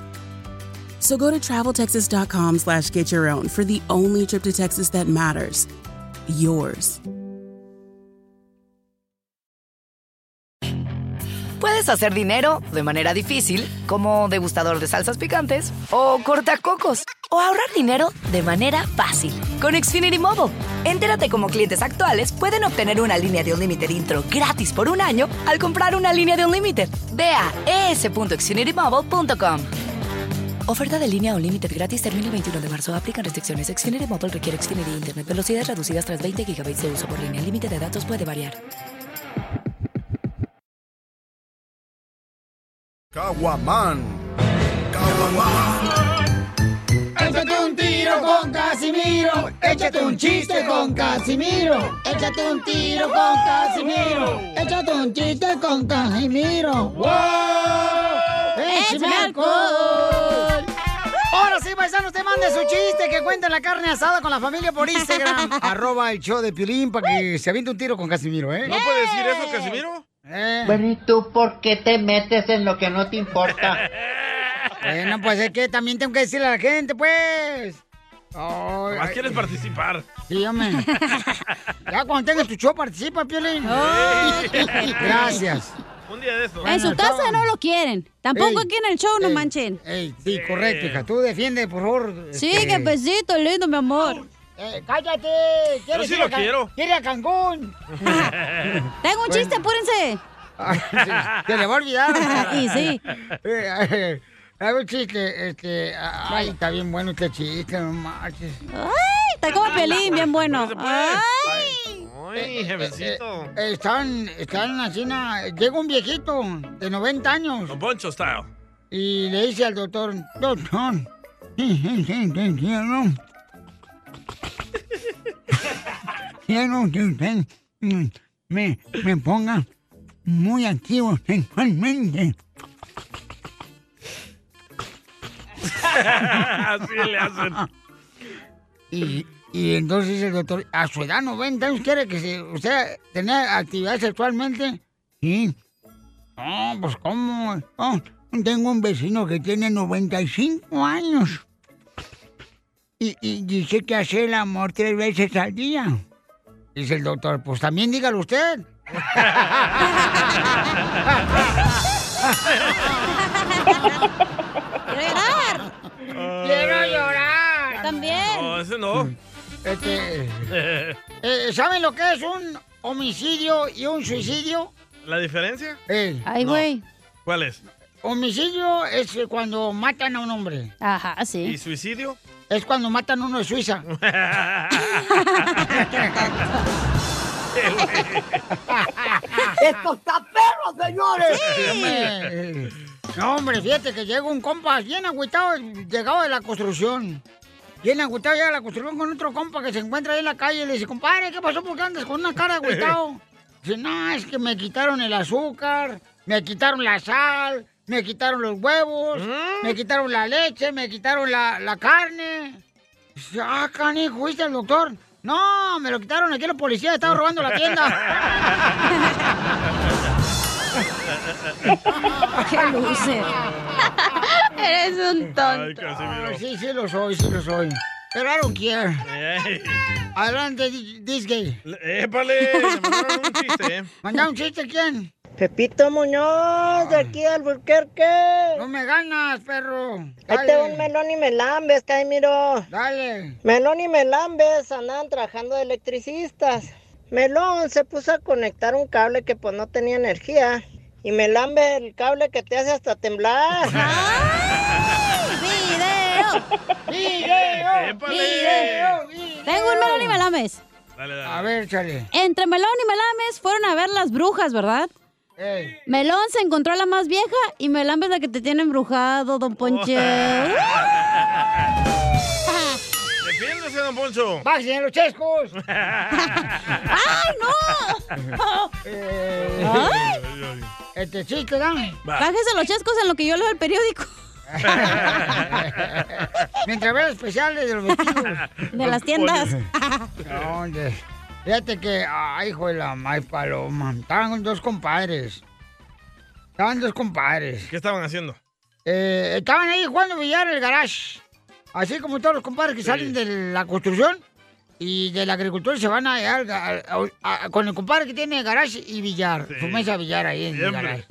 S10: So go to traveltexas.com slash get your own for the only trip to Texas that matters. Yours.
S11: Puedes hacer dinero de manera difícil, como degustador de salsas picantes o cortacocos, o ahorrar dinero de manera fácil con Xfinity Mobile. Entérate cómo clientes actuales pueden obtener una línea de un límite intro gratis por un año al comprar una línea de un límite. Ve a es.xfinitymobile.com. Oferta de línea o límite gratis termina el 21 de marzo. Aplican restricciones. Xfinity Mobile requiere Xfinity Internet. Velocidades reducidas tras 20 GB de uso por línea. El límite de datos puede variar.
S6: Caguaman.
S4: Échate un tiro con Casimiro. Échate un chiste con Casimiro. Échate un tiro con Casimiro. Échate un chiste con Casimiro. ¡Wow!
S12: ¡Échame
S4: ¡Échame alcohol! Ahora sí, paisanos, te mande su chiste que cuente la carne asada con la familia por Instagram. Arroba el show de Piolín para que se aviente un tiro con Casimiro, ¿eh?
S3: ¿No puede decir eso, Casimiro?
S4: Bueno, ¿y tú por qué te metes en lo que no te importa? bueno, pues es que también tengo que decirle a la gente, pues. Ay,
S3: Más
S4: ay,
S3: quieres participar.
S4: Sí, hombre. ya cuando tengas tu show, participa, Piolín.
S3: Ey.
S4: Gracias.
S3: Un día de estos.
S5: En su casa no lo quieren. Tampoco
S4: Ey,
S5: aquí en el show, no
S4: ey,
S5: manchen.
S4: Ey, sí, correcto, hija. Tú defiende, por favor.
S5: Sí,
S4: este,
S5: que besito lindo, mi amor.
S4: eh, cállate. ¿Quieres
S5: sí
S4: ir
S5: lo
S4: a Can-
S5: quiero.
S4: Quiere a Cancún.
S5: Tengo un chiste, apúrense.
S4: Te le va a olvidar.
S5: Y sí.
S4: Eh, Hay un chiste, este. Ay, está bien bueno este chiste, no marches.
S5: Ay, está como pelín, bien bueno.
S12: pues.
S5: Ay.
S3: Ay, jefecito.
S4: Eh, eh, están, están así, na- llega un viejito de 90 años
S3: Don Poncho style.
S4: y le dice al doctor, doctor, quiero, quiero que usted mm, me, me ponga muy activo sexualmente.
S12: Así le hacen.
S4: Y, y entonces el doctor, a su edad 90 años, quiere que se- usted tenga actividad sexualmente. Sí. No, pues cómo. Oh, tengo un vecino que tiene 95 años. Y, y dice que hace el amor tres veces al día. Dice el doctor, pues también dígalo usted.
S5: Quiero llorar.
S4: Quiero llorar.
S5: También.
S3: No, ese no.
S4: Este, eh, ¿Saben lo que es un homicidio y un suicidio?
S3: ¿La diferencia?
S4: Ay,
S3: No. güey. ¿Cuál es?
S4: Homicidio es eh, cuando matan a un hombre. Ajá,
S3: ¿Y
S4: sí.
S3: suicidio?
S4: Es cuando matan a uno de Suiza. ¡Esto está perro, señores! Hombre. No, hombre, fíjate que llega un compa bien agüitado, llegado de la construcción. Bien agüitado llega a la construcción con otro compa que se encuentra ahí en la calle y le dice, compadre, ¿qué pasó? ¿Por qué andas con una cara de agüitado? Dice, no, es que me quitaron el azúcar, me quitaron la sal, me quitaron los huevos, me quitaron la leche, me quitaron la, la carne. Dice, Ah, canijo, ¿fuiste al doctor? No, me lo quitaron aquí los policías, estaban robando la tienda.
S5: ¡Qué luce!
S4: Eres un
S17: Ay, Casimiro.
S4: sí, sí lo soy, sí lo soy. Pero I don't care. Adelante, Disney.
S12: ¡Épale! Me mandaron un chiste, ¿eh?
S4: ¿Manda un chiste quién? Ah.
S24: Pepito Muñoz, de aquí al Burquerque.
S4: No me ganas, perro.
S24: Ahí te va un melón y melambes, Caimiro.
S4: Dale.
S24: Melón y melambes andaban trabajando de electricistas. Melón se puso a conectar un cable que pues no tenía energía. Y melambes el cable que te hace hasta temblar.
S5: ¡Video!
S4: ¡Video!
S5: ¡Video! Tengo un melón y melames.
S12: Dale, dale.
S4: A ver, chale.
S5: Entre melón y melames fueron a ver las brujas, ¿verdad?
S4: Ey.
S5: Melón se encontró a la más vieja y melambes la que te tiene embrujado, don Ponche.
S12: Defiéndase, don Poncho.
S4: ¡Bájense los chescos!
S5: ¡Ay, no!
S4: 예.
S12: 아.
S4: ¡Ay! Este chiste, ¿no?
S5: Va. Bájese los chescos en lo que yo leo el periódico.
S4: Mientras ve el especial de los vestidos.
S5: De las tiendas.
S4: ¿Dónde? Fíjate que, ay, hijo de la mal paloma. Estaban dos compadres. Estaban dos compadres.
S12: ¿Qué estaban haciendo?
S4: Eh, estaban ahí jugando billar en el garage. Así como todos los compadres que salen de la construcción y de la agricultura se van a, a- a- a- con el compadre que tiene garage y billar. Su mesa de billar ahí en el
S17: Siempre.
S4: garage.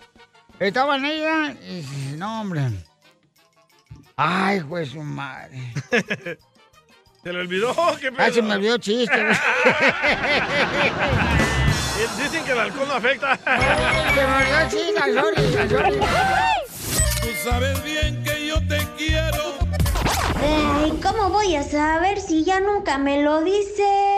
S4: Estaban ahí, ¿eh? y, no, hombre. Ay, güey, su madre.
S12: ¿Se le olvidó? ¿Qué pedo?
S4: Ay, se me olvidó el chiste. güey.
S12: Dicen que el alcohol no afecta.
S4: Se me olvidó el chiste, I'm sorry, I'm sorry.
S17: Tú sabes bien que yo te quiero.
S25: Ay, ¿cómo voy a saber si ya nunca me lo dices?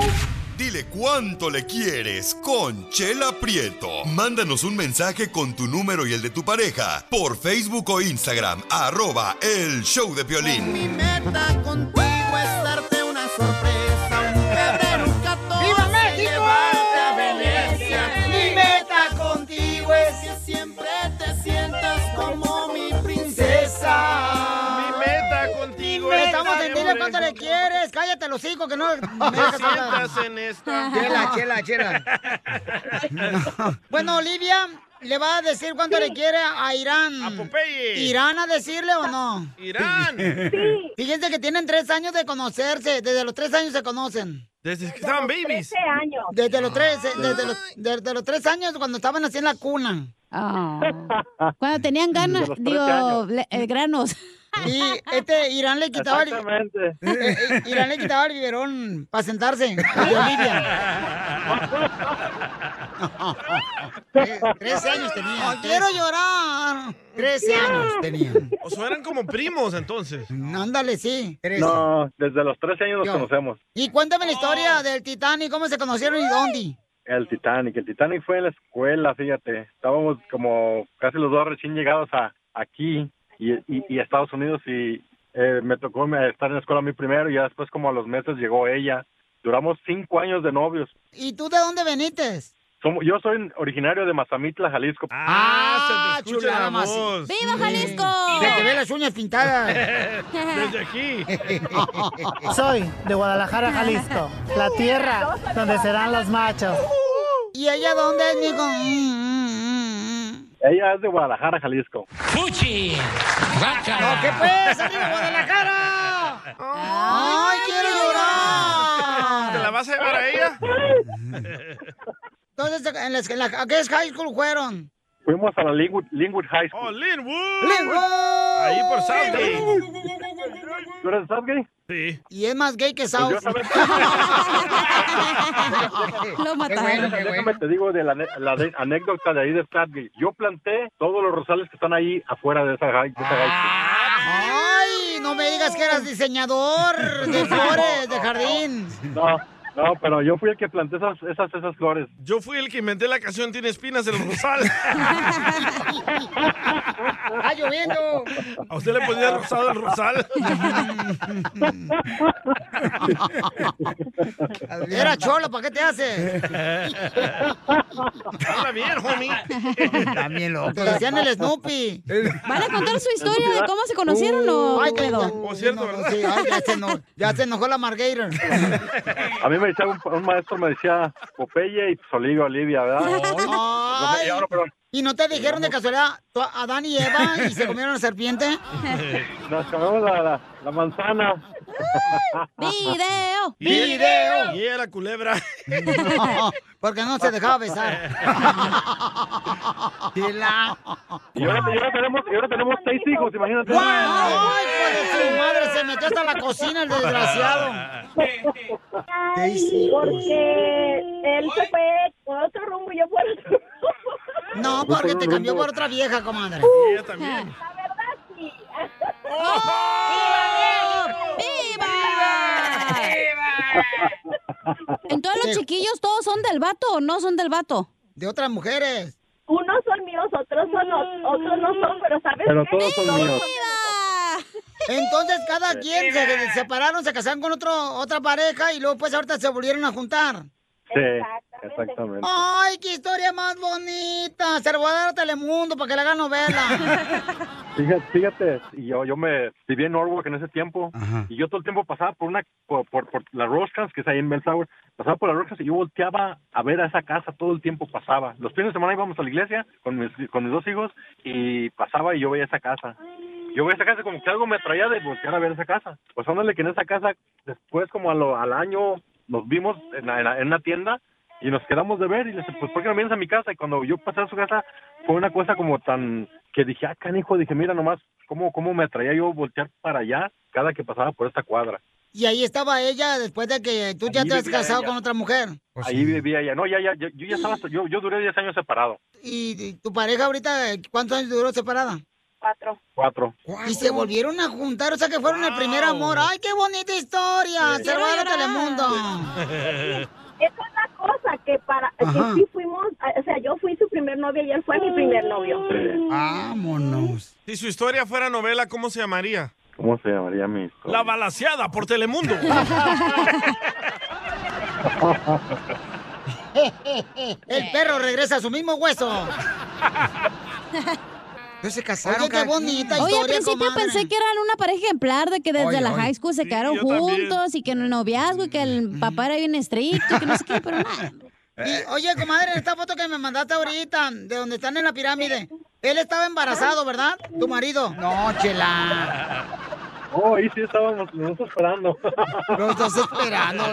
S6: Dile cuánto le quieres con Chela Prieto. Mándanos un mensaje con tu número y el de tu pareja por Facebook o Instagram, arroba el show de violín.
S17: Mi meta contigo es darte una sorpresa. Un febrero 14.
S4: ¡Viva México!
S17: Llevarte a Venecia.
S4: Mi meta contigo es que
S17: siempre te sientas como mi princesa.
S12: Mi meta contigo es.
S4: Estamos en dile cuánto le quieres. Cállate los cinco que no.
S12: Me sientas en esta.
S4: Chela, chela, chela. Bueno, Olivia le va a decir cuánto le quiere a Irán. A
S12: Popeye.
S4: ¿Irán a decirle o no?
S12: Irán.
S4: Fíjense que tienen tres años de conocerse. Desde los tres años se conocen.
S12: Desde que estaban babies.
S4: años. Desde los tres, eh, desde los, desde los tres años cuando estaban así en la cuna.
S5: Cuando tenían ganas,
S4: Desde los trece
S5: Ah. digo,
S4: años.
S5: ble- eh, granos.
S4: Y este Irán le quitaba el,
S5: Exactamente.
S4: Eh, eh, Irán le quitaba el biberón para sentarse. al de Olivia. Eh, Trece años tenía. quiero llorar. Trece años tenía. Mm,
S12: O sea, eran como primos entonces.
S4: Ándale, sí. trece.
S22: No, desde los 13 años nos
S4: Yo.
S22: conocemos.
S4: Y cuéntame
S5: Oh.
S4: la historia del Titanic, cómo se conocieron y dónde.
S22: El Titanic. El Titanic fue en la escuela, fíjate. Estábamos como casi los dos recién llegados a aquí y, y- y a Estados Unidos y eh, me tocó me- estar en la escuela a mí primero y ya después como a los meses llegó ella. Duramos cinco años de novios.
S4: ¿Y tú de dónde veniste?
S22: Somo- yo soy originario de Mazamitla, Jalisco.
S4: Ah,
S22: se te escucha la voz.
S5: ¡Viva Jalisco!
S4: Se te ven las uñas pintadas.
S22: Desde aquí.
S7: Soy de Guadalajara, Jalisco, la tierra donde serán los machos.
S4: ¿Y ella dónde es, mijo?
S22: Ella es de Guadalajara, Jalisco.
S4: ¡Fuchi! ¡No, qué pues! ¡Arriba Guadalajara! ¡Ay, quiero llorar!
S12: ¿Te la vas a llevar a ella?
S4: Entonces, ¿en, las- en la- ¿a qué high school fueron?
S22: Fuimos a la Linwood, Linwood High School.
S12: ¡Oh, Linwood!
S4: ¡Linwood!
S12: Ahí por Southgate.
S22: ¿Tú eres de Southgate?
S12: Sí.
S4: Y es más gay que
S22: Pues
S4: South.
S22: yo también-
S4: Lo
S22: Déjame-
S4: mataron.
S22: Déjame te digo de la, ne- la de- anécdota de ahí de Stadgate. Yo planté todos los rosales que están ahí afuera de esa high. de esa high
S4: ¡Ay! No me digas que eras diseñador de flores, de jardín.
S22: school. No, No, pero yo fui el que planté esas, esas, esas flores.
S3: Yo fui el que inventé la canción Tiene espinas el rosal.
S4: ¡Está lloviendo!
S3: ¿A usted le ponía rosado el rosal?
S4: Era cholo, ¿para qué te hace?
S3: Habla bien, homie.
S4: También loco. Te decían el Snoopy. Uh,
S5: ¿Van a contar su historia de cómo se conocieron o
S4: Ay,
S5: qué
S4: ya-
S5: pedo?
S4: ya-
S3: Oh,
S4: no, sí, ay, ya, se eno- ya se enojó la Margator.
S22: A mí me decía un, un maestro, me decía Popeye y Soligo Olivia, ¿verdad?
S4: Ay, ¿Y no te dijeron de casualidad tú, Adán y Eva y se comieron la serpiente?
S22: Nos comemos la, la, la manzana.
S4: ¡Video!
S3: ¡Video! Y era culebra.
S4: No, porque no se dejaba besar. ¡Chela!
S22: Y ahora, y ahora tenemos, y ahora tenemos seis hijos, imagínate.
S4: ¡Ay, pues de su madre! Se metió hasta la cocina el desgraciado.
S26: Porque
S12: pues.
S26: él se fue por otro rumbo y yo por otro
S4: No, porque te cambió por otra vieja, comadre.
S3: Y ella también.
S5: Entonces los chiquillos todos son del vato o no son del vato?
S4: De otras mujeres.
S5: Unos son míos, otros son otros no son, pero sabes
S22: Pero todos son míos.
S4: Entonces cada quien se se separaron, se casaron con otro, otra pareja y luego pues ahorita se volvieron a juntar.
S22: Sí, exactamente.
S4: ¡Ay, qué historia más bonita! Se la voy a dar a Telemundo para que le hagan novela.
S22: Fíjate, fíjate, y yo, yo me viví en Norwalk en ese tiempo y yo todo el tiempo pasaba por una por, por, por la Rosecrans, que es ahí en Bell Tower, pasaba por la Rosecrans y yo volteaba a ver a esa casa, todo el tiempo pasaba. Los fines de semana íbamos a la iglesia con mis, con mis dos hijos y pasaba y yo veía esa casa. Yo veía esa casa como que algo me atraía de voltear a ver esa casa. Pues ándale que en esa casa, después como a lo- al año, nos vimos en, la- en la- en una tienda y nos quedamos de ver y le dije, pues ¿por qué no vienes a mi casa? Y cuando yo pasé a su casa fue una cosa como tan que dije, ah, canijo, dije, mira nomás cómo, cómo me atraía yo voltear para allá cada que pasaba por esta cuadra.
S4: y ahí estaba ella después de que tú ya
S22: Ahí
S4: te has
S22: vivía
S4: casado
S22: ella.
S4: con otra mujer.
S22: Ahí vivía ella. No, ya, ya, yo, yo ya estaba, yo, yo duré 10 años separado.
S4: ¿Y, y tu pareja ahorita eh, cuántos años duró separada? Cuatro.
S22: Cuatro.
S4: Y se volvieron a juntar, o sea que fueron el primer amor. ¡Ay, qué bonita historia! Se lo voy a dar a Telemundo.
S26: Es una cosa que para
S4: Ajá.
S26: que sí fuimos, o sea, yo fui su primer novia y él fue mi primer novio.
S4: Vámonos.
S3: Si su historia fuera novela, ¿cómo se llamaría?
S22: ¿Cómo se llamaría mi historia?
S3: La balaseada por Telemundo.
S4: El perro regresa a su mismo hueso. No Pues se casaron. Oye, qué bonita
S5: Oye, al
S4: historia,
S5: principio
S4: comadre.
S5: pensé que eran una pareja ejemplar, de que desde
S4: Ay,
S5: la
S4: ay.
S5: high school se
S4: Sí,
S5: quedaron
S4: yo también.
S5: juntos y que en el noviazgo y que
S4: Mm.
S5: el papá era bien estricto y que no sé qué, pero nada.
S4: Y, oye, comadre, en esta foto que me mandaste ahorita, de donde están en la pirámide, él estaba embarazado, ¿verdad? Tu marido. No, chela.
S22: Oh, ahí sí estábamos nosotros esperando.
S4: Lo estás esperando.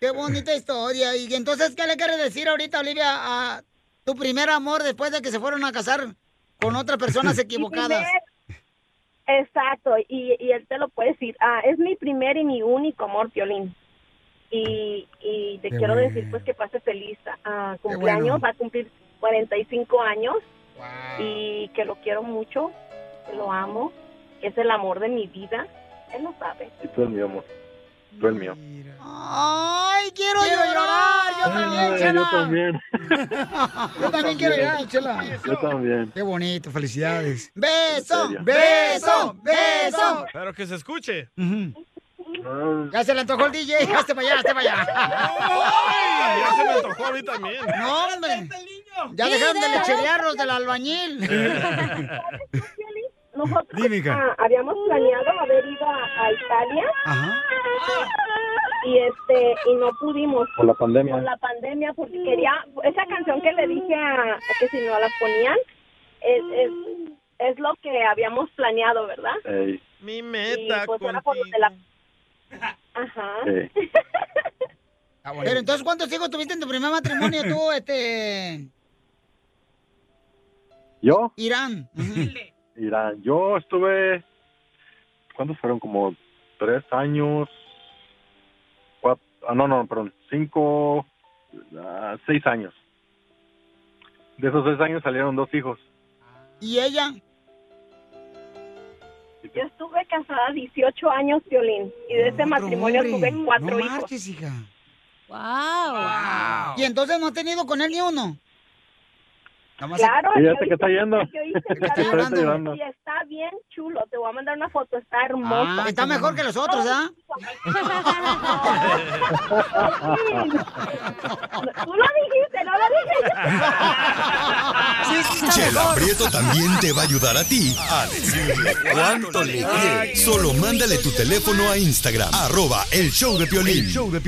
S4: Qué bonita historia. Y entonces, ¿qué le quieres decir ahorita, Olivia, a tu primer amor después de que se fueron a casar con otras personas equivocadas?
S26: Mi primer- Exacto, y, y él te lo puede decir. Ah, es mi primer y mi único amor, Piolín. Y, y te
S12: Qué
S26: quiero
S12: bueno.
S26: decir pues que pase feliz ah,
S12: bueno.
S26: cumpleaños, va a cumplir 45 años y que lo quiero mucho, que lo amo, que es el amor de mi vida, él lo sabe.
S22: Y tú el mío, amor. Tú el mío.
S4: ¡Ay, quiero, llorar! Yo también,
S22: Ay,
S4: chela.
S22: yo también.
S4: Yo también quiero llorar, chela.
S22: Yo también.
S4: Qué bonito, felicidades. Beso,
S22: serio.
S4: beso, beso.
S3: Pero que se escuche.
S4: Ya se le antojó el DJ, hazte para allá, hazte para allá.
S3: Ya se me antojó a mí también.
S4: No, hombre. Ya dejaron de
S26: Mira.
S4: lecherear los del albañil.
S26: Nosotros
S4: Dime, hija.
S26: ah, habíamos planeado haber ido a, a Italia
S4: Ajá.
S26: y este y no pudimos
S22: Por la pandemia.
S26: por la pandemia porque quería esa canción que le dije a, a que si no la ponían es, es es lo que habíamos planeado verdad
S22: Ey,
S3: mi
S26: meta pues era por lo de la ajá
S22: ey.
S4: Pero entonces, ¿cuántos hijos tuviste en tu primer matrimonio tú, este,
S22: ¿Yo?
S4: Irán?
S22: Mira, yo estuve, ¿cuántos fueron? Como tres años, cuatro, ah, no, no, perdón, cinco, ah, seis años. De esos seis años salieron dos hijos.
S4: ¿Y ella?
S7: Yo estuve casada 18 años, Violín, y de ese matrimonio
S4: hombre,
S7: tuve cuatro
S4: no
S7: hijos.
S4: marches, hija.
S5: Wow.
S4: Y entonces no ha tenido con él ni uno.
S7: Claro.
S22: Y ya
S7: yo
S22: te que
S7: hice-
S22: está yendo.
S7: yo hice
S22: Te
S7: esta
S22: está
S7: danza
S22: llorando.
S7: Y está bien chulo, te voy a mandar una foto, está hermoso.
S4: Ah, está mejor que los otros, ¿ah?
S7: Tú lo dijiste, no lo dije. Sí,
S6: Chela Prieto también te va a ayudar a ti a decirle cuánto le quiere. Solo mándale tu teléfono a Instagram, arroba el show de Piolín.
S15: El
S6: show de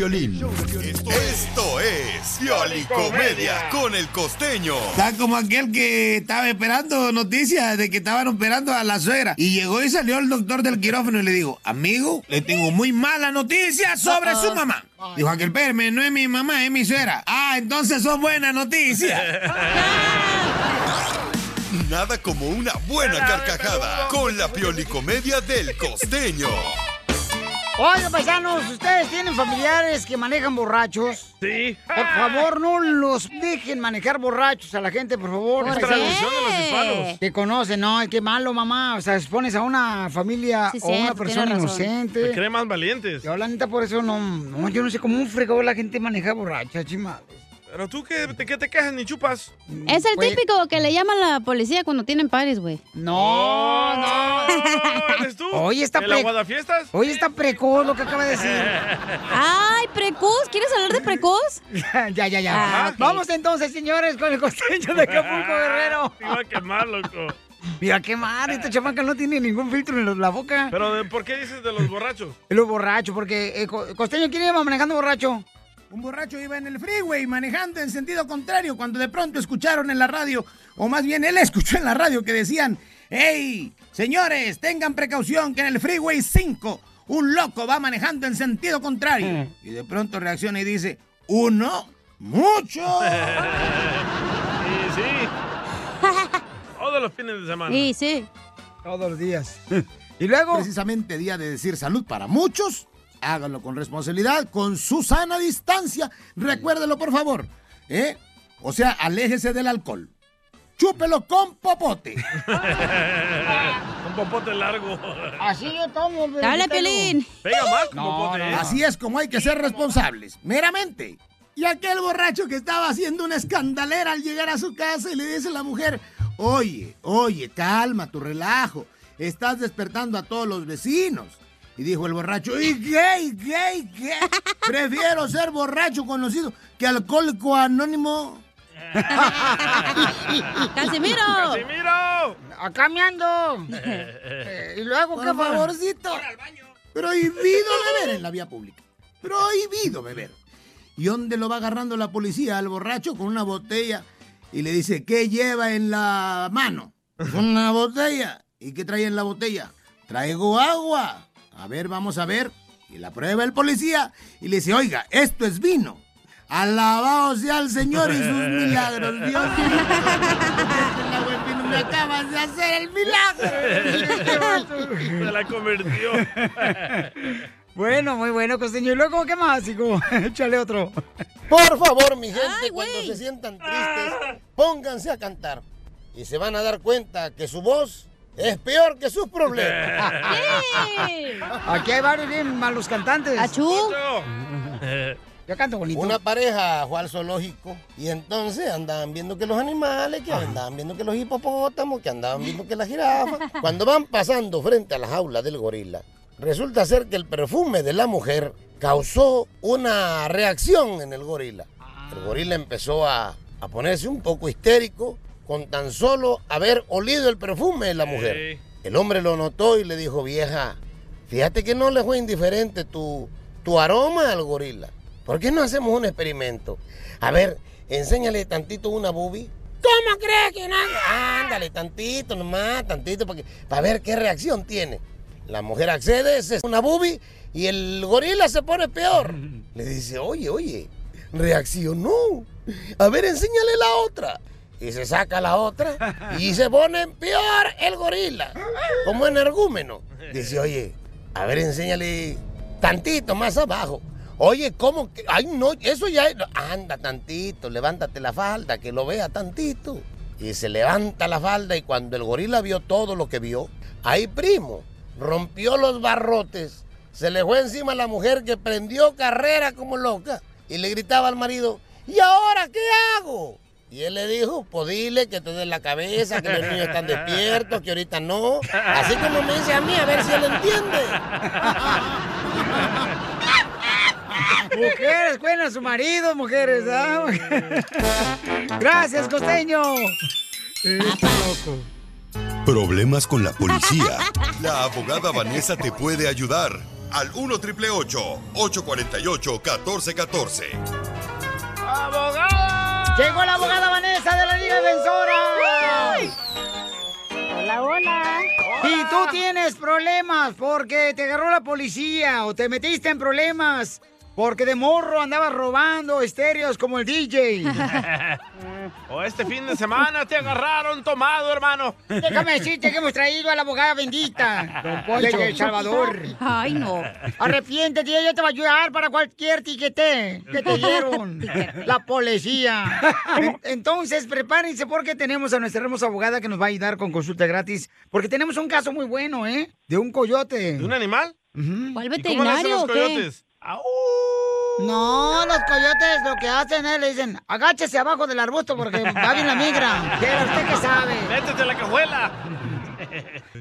S6: Esto es Piolicomedia con el costeño.
S15: Está como aquel que estaba esperando noticias de que estaban operando a la suegra. Y llegó y salió el doctor del quirófano y le dijo, amigo, le tengo muy mala noticia sobre su mamá. Dijo aquel, espérame, no es mi mamá, es mi suegra. Ah, entonces son buenas noticias.
S6: Nada como una buena carcajada con la Piolicomedia del costeño.
S4: Oigan, paisanos, ¿ustedes tienen familiares que manejan borrachos? Sí. Por favor, no los dejen manejar borrachos a la gente, por favor.
S3: Es
S4: paisanos.
S3: tradición de los hispanos.
S4: Que conocen, no, es que malo, mamá. O sea, expones a una familia
S3: Sí,
S4: o a una
S3: cierto,
S4: persona
S3: tienes razón.
S4: inocente.
S3: Se creen más valientes.
S4: Yo, la neta, por eso no, no, yo no sé cómo un fregado la gente maneja borracha, chima. Mm,
S3: Pero tú que te, que te quejas ni chupas.
S5: Es el
S4: Güey.
S5: típico que le llaman la policía cuando tienen pares, güey.
S4: No,
S3: no. ¿Eres tú?
S4: Hoy está
S3: ¿El la
S4: pre-
S3: guadafiestas?
S4: Hoy está precoz lo que acaba de decir.
S5: Ay, precoz. ¿Quieres hablar de precoz?
S4: ya, ya, ya.
S5: Ah, ok.
S4: Vamos entonces, señores, con el costeño de Acapulco
S3: Ah,
S4: Guerrero.
S3: Te iba a quemar, loco.
S4: Mira qué mal, esta chamaca no tiene ningún filtro en la boca.
S3: Pero ¿de- ¿por qué dices de los borrachos?
S4: Lo borracho, porque eh, Co- costeño, ¿quién iba manejando borracho?
S15: Un borracho iba en el freeway manejando en sentido contrario cuando de pronto escucharon en la radio, o más bien él escuchó en la radio que decían, ¡Hey, señores, tengan precaución que en el freeway 5 un loco va manejando en sentido
S3: Eh.
S15: contrario! Y de pronto reacciona y dice, ¡Uno, mucho!
S3: Sí, sí. Todos los fines de semana.
S5: sí.
S4: Todos los días. Y luego...
S15: Precisamente día de decir salud para muchos. Háganlo con responsabilidad, con su sana distancia. Recuérdelo, por favor. ¿eh? O sea, aléjese del alcohol. Chúpelo con popote.
S3: Un popote largo.
S4: Así yo tomo,
S15: Dale, Pelín.
S3: Pega más como popote.
S15: Así es como hay que ser responsables, meramente.
S17: Y aquel borracho que estaba haciendo una escandalera al llegar a su casa y le dice a la mujer,
S15: Oye, oye, calma tu relajo. Estás despertando a todos los vecinos. Y dijo el borracho, y gay, gay, gay. Prefiero ser borracho conocido que alcohólico anónimo.
S4: ¡Casimiro!
S3: ¡Casimiro!
S4: ¡Acá me ando! Eh, y luego,
S15: Por
S4: ¿qué más?
S15: favorcito. Prohibido beber en la vía pública. Prohibido beber. ¿Y dónde lo va agarrando la policía al borracho con una botella? Y le dice, ¿qué lleva en la mano? Una botella. ¿Y qué trae en la botella? Traigo agua. A ver, vamos a ver. Y la prueba el policía y le dice, oiga, esto es vino. Alabado sea el Señor y sus milagros, Dios.
S17: me acabas de hacer el milagro.
S3: Se la convirtió.
S4: Bueno, muy bueno, costeño. ¿Y luego qué más, hijo? Échale otro.
S17: Por favor, mi gente, cuando se sientan tristes, pónganse a cantar. Y se van a dar cuenta que su voz es peor que sus problemas.
S4: Aquí hay varios bien malos cantantes.
S17: ¡Achú!
S4: Yo canto bonito.
S17: Una pareja fue al zoológico y entonces andaban viendo que los animales, que andaban viendo que los hipopótamos, que andaban viendo que las jirafas. Cuando van pasando frente a la jaula del gorila, resulta ser que el perfume de la mujer causó una reacción en el gorila. El gorila empezó a, a ponerse un poco histérico con tan solo haber olido el perfume de la mujer. El hombre lo notó y le dijo, vieja, Fíjate que no le fue indiferente tu, tu aroma al gorila. ¿Por qué no hacemos un experimento? A ver, enséñale tantito una bubi. ¿Cómo crees que no? Ándale, tantito nomás, tantito, para, que- para ver qué reacción tiene. La mujer accede, se una bubi y el gorila se pone peor. Le dice, oye, oye, reaccionó. A ver, enséñale la otra. Y se saca la otra y se pone peor el gorila. Como energúmeno. Dice, oye, a ver, enséñale tantito más abajo. Oye, ¿cómo? que- Ay, no, eso ya... es- Anda tantito, levántate la falda, que lo vea tantito. Y se levanta la falda y cuando el gorila vio todo lo que vio, ahí primo, rompió los barrotes, se le fue encima a la mujer que prendió carrera como loca y le gritaba al marido, ¿y ahora qué hago? Y él le dijo, pues dile que te dé la cabeza, que los niños están despiertos, que ahorita no. Así como me dice a mí, a ver si él entiende.
S4: Mujeres, cuiden a su marido, mujeres. ¿ah? Gracias, costeño. Está loco.
S6: Problemas con la policía. La abogada Vanessa te puede ayudar al 1 triple 848 1414.
S4: ¡Abogada! Llegó la abogada Vanessa de la Liga Defensora.
S18: Hola, hola.
S4: Si tú tienes problemas porque te agarró la policía o te metiste en problemas porque de morro andabas robando estéreos como el DJ.
S3: O este fin de semana te agarraron tomado, hermano.
S4: Déjame decirte que hemos traído a la abogada bendita
S3: Don Poncho.
S4: de El Salvador.
S3: Ay, no.
S4: Arrepiéntete, ella te va a ayudar para cualquier tiquete que te dieron. la policía. En- Entonces, prepárense porque tenemos a nuestra hermosa abogada que nos va a ayudar con consulta gratis. Porque tenemos un caso muy bueno, ¿eh? De un coyote. ¿De un
S3: animal?
S4: ¿Cuál
S3: ¿Cómo le hacen los coyotes? Ah,
S4: No, los coyotes lo que hacen es le dicen, agáchese abajo del arbusto porque va bien la migra. Pero usted que sabe.
S3: Métete la cajuela.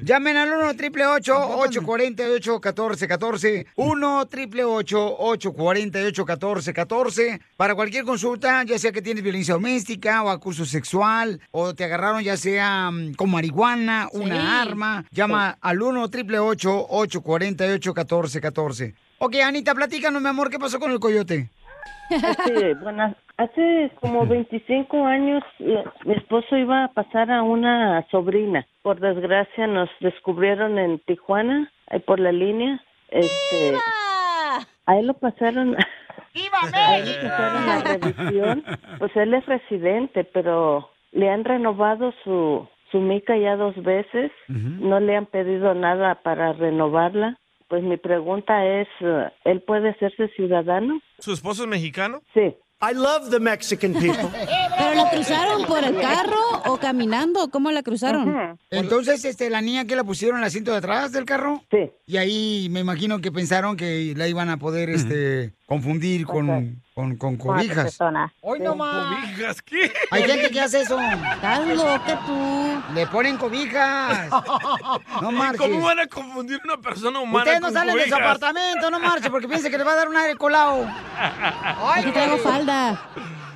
S4: Llamen al 1 triple 848 1414 1 triple 848 1414 para cualquier consulta, ya sea que tienes violencia doméstica o acoso sexual, o te agarraron ya sea mm, con marihuana, una arma. Llama al 1 triple 848 1414 Ok, Anita, platícanos, mi amor, ¿qué pasó con el coyote?
S18: Este, bueno, hace como 25 años la- mi esposo iba a pasar a una sobrina. Por desgracia nos descubrieron en Tijuana, ahí por la línea. Este, ahí lo pasaron. Ahí lo pasaron a revisión. Pues él es residente, pero le han renovado su su mica ya dos veces. No le han pedido nada para renovarla. Pues mi pregunta es, eh, ¿él puede hacerse ciudadano?
S3: ¿Su esposo es mexicano?
S18: Sí. I love the Mexican people.
S5: ¿Pero la cruzaron por el carro o caminando? ¿Cómo la cruzaron?
S4: Entonces, este, la niña que la pusieron en el asiento de atrás del carro.
S18: Sí.
S4: Y ahí me imagino que pensaron que la iban a poder, este, confundir con, con, con cobijas.
S18: Hoy
S4: no más. Hay gente que hace eso. Estás loca tú. Le ponen cobijas. No
S3: ¿Y
S4: marches.
S3: ¿Cómo van a confundir una persona humana
S4: Ustedes no
S3: con
S4: salen de su
S3: cobijas?
S4: apartamento, no marchen, porque piensen que le va a dar un aire colado.
S3: Ay,
S4: Aquí traigo falda.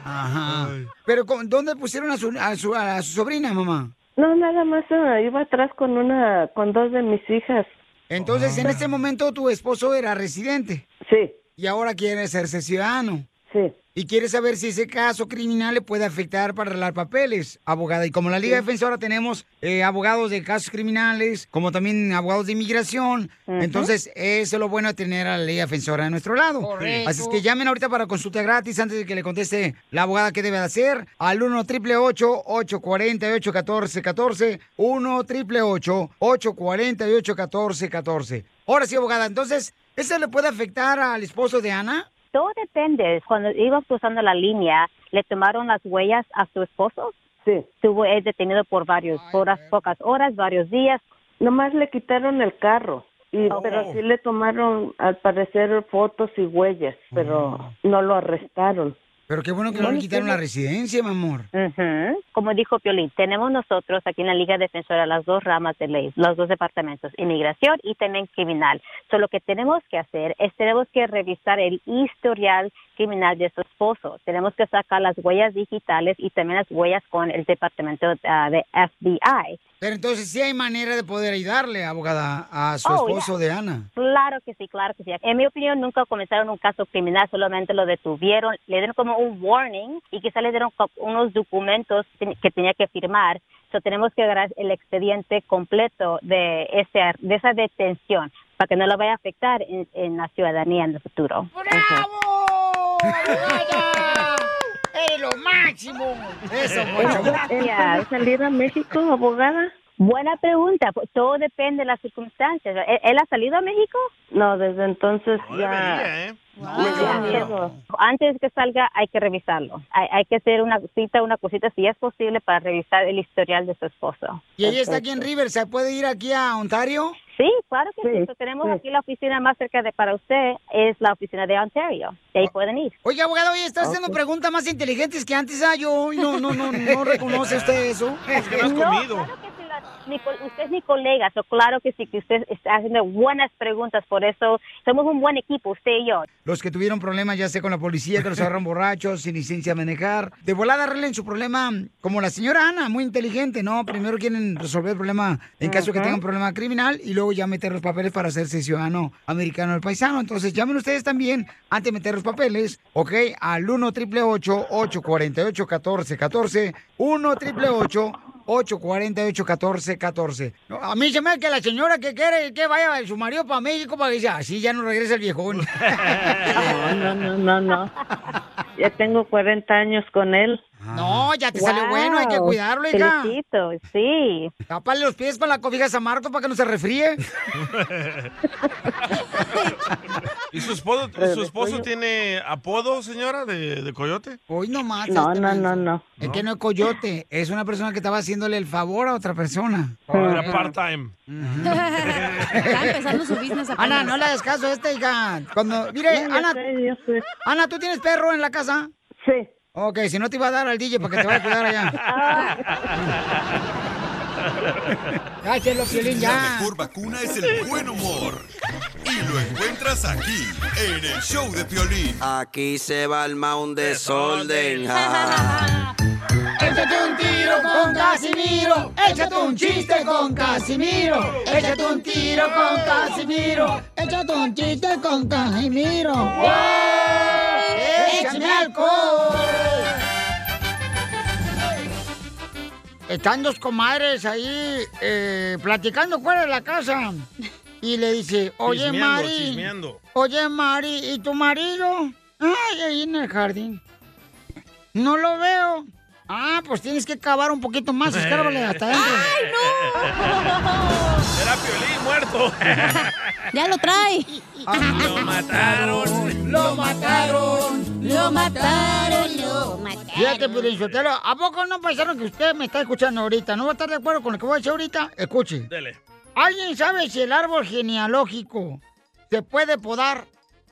S4: Ajá. Pero, ¿con- ¿dónde pusieron a su, a su, a su sobrina, mamá?
S18: No, nada más eh, iba atrás con una, con dos de mis hijas.
S4: Entonces, en este momento tu esposo era residente.
S18: Sí.
S4: Y ahora quiere hacerse ciudadano.
S18: Sí.
S4: Y quiere saber si ese caso criminal le puede afectar para arreglar papeles, abogada. Y como la Liga
S18: Sí.
S4: Defensora tenemos eh, abogados de casos criminales, como también abogados de inmigración.
S18: Ujú.
S4: Entonces, eso es lo bueno de tener a la Liga Defensora de nuestro lado.
S18: Correcto.
S4: Así es que llamen ahorita para consulta gratis antes de que le conteste la abogada qué debe de hacer al 1 888 848 1414 1 888 848 1414 Ahora sí, abogada, entonces, ¿eso le puede afectar al esposo de Ana?
S18: Todo depende.
S19: Cuando iba cruzando la línea, le tomaron las huellas a su esposo.
S18: Sí.
S19: Estuvo él detenido por varios, horas, pocas horas, varios días.
S18: Nomás le quitaron el carro. Y,
S19: Ok.
S18: Pero sí le tomaron, al parecer, fotos y huellas, pero no lo arrestaron.
S4: Pero qué bueno que no le quitaron la residencia, mi amor.
S19: Ujú. Como dijo Piolín, tenemos nosotros aquí en la Liga Defensora las dos ramas de ley, los dos departamentos, inmigración y también criminal. So, lo que tenemos que hacer es tenemos que revisar el historial criminal de su esposo. Tenemos que sacar las huellas digitales y también las huellas con el departamento ah, de FBI.
S4: Pero entonces sí hay manera de poder ayudarle, abogada, a su
S19: Oh,
S4: esposo
S19: yeah.
S4: de Ana.
S19: Claro que sí, claro que sí. En mi opinión, nunca comenzaron un caso criminal, solamente lo detuvieron, le dieron como un warning y quizá le dieron co- unos documentos ten- que tenía que firmar. So, tenemos que agarrar el expediente completo de, ese, ar- de esa detención para que no lo vaya a afectar en, en la ciudadanía en el futuro.
S4: ¡Eres lo máximo! Eso,
S19: Bueno,
S4: mucho.
S19: ¿él puede salir a México, abogada? Buena pregunta. pues, Todo depende de las circunstancias. ¿Él, él ha salido a México?
S18: No, desde entonces ya...
S19: Me da miedo. Ah, Antes que salga hay que revisarlo. Hay, hay que hacer una cita, una cosita, si es posible, para revisar el historial de su esposo.
S4: Y ella está aquí en Riverside. ¿Puede ir aquí a Ontario?
S19: Sí, claro que sí.
S4: Sí,
S19: So, tenemos
S4: sí.
S19: aquí la oficina más cerca de para usted, es la oficina de Ontario. De
S4: Ah.
S19: ahí pueden ir.
S4: Oye, abogado, oye, está haciendo preguntas más inteligentes que antes. Ah, yo, no, no, no, no reconoce usted eso.
S19: Es que no has No, comido. mi col- usted es mi colega, so claro que sí, que usted está haciendo buenas preguntas, por eso somos un buen equipo, usted y yo.
S4: Los que tuvieron problemas, ya sea con la policía, que los agarran borrachos, sin licencia a manejar. De volada arreglen su problema, como la señora Ana, muy inteligente, ¿no? Primero quieren resolver el problema en caso que
S19: Ujú.
S4: tengan problema criminal y luego ya meter los papeles para hacerse ciudadano americano del paisano. Entonces llamen ustedes también, antes de meter los papeles, ¿ok? Al 1 888 848 1414 1 888 848-1414. No, a mí se me hace que la señora que quiere que vaya su marido para México para que dice, así ya no regresa el viejón.
S18: No, no, no, no, no. Ya tengo 40 años con él.
S4: No, ya te salió
S18: Wow,
S4: bueno, hay que cuidarlo, hija.
S19: felicito, sí.
S4: Taparle los pies para la cobija San Marcos para que no se refríe.
S3: ¿Y su esposo, su esposo tiene apodo, señora, de, de coyote?
S4: Hoy nomás.
S18: No,
S4: este
S18: no,
S4: menso.
S18: no, no.
S4: Es que no es coyote, es una persona que estaba haciéndole el favor a otra persona.
S3: Era part-time.
S4: Está
S5: empezando su business apenas.
S4: Ana, no le hagas caso a este, hija. Cuando, mire,
S18: No, ya
S4: Ana,
S18: sé, ya sé.
S4: Ana, ¿tú tienes perro en la casa?
S18: Sí. Ah,
S4: Ok, si no te iba a dar al DJ para que te vaya a cuidar allá. Cállate, Piolín,
S6: La
S4: ya.
S6: mejor vacuna es el buen humor. Y lo encuentras aquí, en el show de Piolín. Aquí se va el mound desorden.
S4: Échate un tiro con Casimiro, échate un chiste con Casimiro, échate un tiro con Casimiro, échate un chiste con Casimiro. ¡Wow! ¡Échame alcohol! Están dos comadres ahí eh, platicando fuera de la casa y le dice, oye
S3: Chismeando,
S4: Mari,
S3: chismeando.
S4: oye Mari, ¿y tu marido? Ay, ahí en el jardín. No lo veo. Ah, pues tienes que cavar un poquito más, escárvale Ah,
S5: Eh.
S4: hasta adentro.
S3: Era Piolín muerto.
S5: Ah. ¡Ya lo trae!
S3: Lo mataron.
S4: ¡Lo mataron!
S5: ¡Lo mataron! ¡Lo mataron!
S4: Fíjate, Piolín Sotelo, ¿a poco no pensaron que usted me está escuchando ahorita? ¿No va a estar de acuerdo con lo que voy a decir ahorita? Escuche.
S3: Dele.
S4: ¿Alguien sabe si el árbol genealógico se puede podar?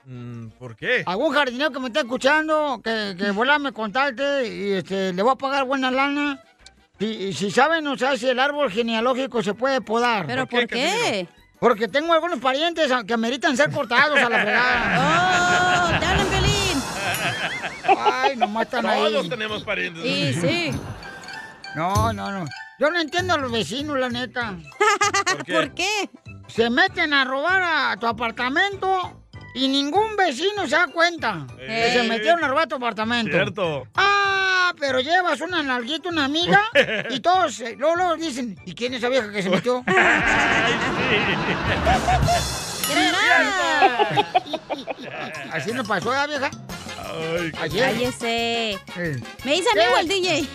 S3: Mm, ¿Por qué?
S4: ¿Algún jardinero que me está escuchando, que, que vuela me contacte y este, le voy a pagar buena lana? Si, si saben, o sea, si el árbol genealógico se puede podar.
S5: ¿Pero por qué?
S4: Porque tengo algunos parientes a- que ameritan ser cortados a la fregada. ¡Oh! ¡Te hablan, Pelín! Ay, nomás están ahí.
S3: Todos tenemos parientes.
S4: No, no, no. Yo no entiendo a los vecinos, la neta.
S3: ¿Por qué? ¿Por
S4: Se meten a robar a tu apartamento y ningún vecino se da cuenta que se
S3: Ey.
S4: metieron a robar tu apartamento.
S3: Cierto.
S4: Ah, pero llevas una nalguita, una amiga y todos eh, luego, luego dicen, ¿y quién es esa vieja que se metió? Así nos pasó, ¿eh, vieja? Ayer.
S5: Cállese.
S4: Eh.
S5: Me dice amigo el DJ.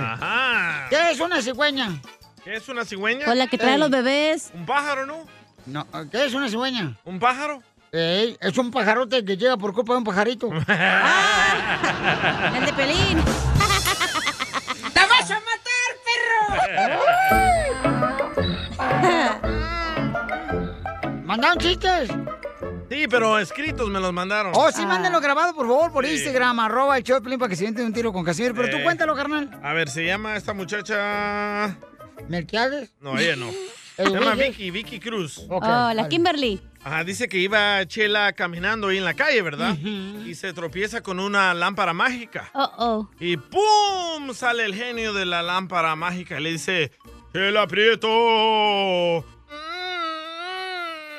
S3: Ajá.
S4: ¿Qué es una cigüeña?
S3: ¿Qué es una cigüeña?
S5: Con la que trae a los
S3: bebés.
S5: bebés.
S3: ¿Un pájaro, no?
S4: No, ¿qué es una cigüeña?
S3: ¿Un pájaro?
S4: Ey, es un pajarote que llega por culpa de un pajarito.
S3: Ah.
S5: El de Pelín.
S4: ¡Te vas a matar, perro! ¿Mandaron chistes?
S3: Sí, pero escritos me los mandaron.
S4: Oh,
S5: Ah.
S4: sí, mándenlo grabado, por favor, por Instagram, arroba el show de Piolín, para que se siente un tiro con Casimiro. Pero tú
S3: Eh.
S4: cuéntalo, carnal.
S3: A ver, se llama esta muchacha.
S4: ¿Melquiades?
S3: No, ella no. Se
S4: El
S3: llama
S4: Vicky.
S3: Vicky, Vicky Cruz.
S5: oh, la Kimberly.
S3: Ajá, dice que iba Chela caminando ahí en la calle, ¿verdad? Y se tropieza con una lámpara mágica.
S5: Oh, oh.
S3: Y ¡pum! Sale el genio de la lámpara mágica y le dice, Chela Prieto,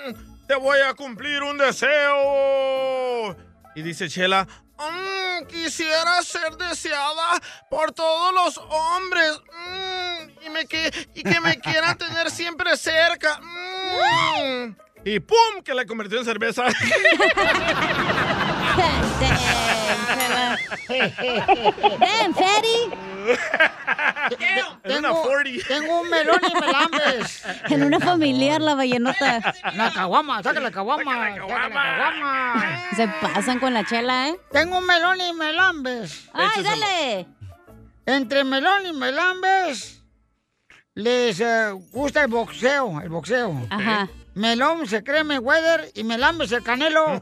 S3: mm, te voy a cumplir un deseo. Y dice Chela, "Mm, quisiera ser deseada por todos los hombres mm, y, me que, y que me quieran tener siempre cerca. mm". Y ¡pum! que la convirtió en cerveza.
S5: Ven, Freddy.
S3: En una
S4: Tengo-
S3: 40.
S4: Tengo un melón y melambes.
S5: En una familiar la vallenota.
S4: La caguama, saca la caguama. Saca la caguama.
S5: Se pasan con la chela, ¿eh?
S4: Tengo un melón y melambes.
S5: ¡Ay, dale!
S4: Entre melón y melambes, les eh, gusta el boxeo, el boxeo. Ajá. Melón se cree Mayweather y Melambe se Canelo. ¡Ay,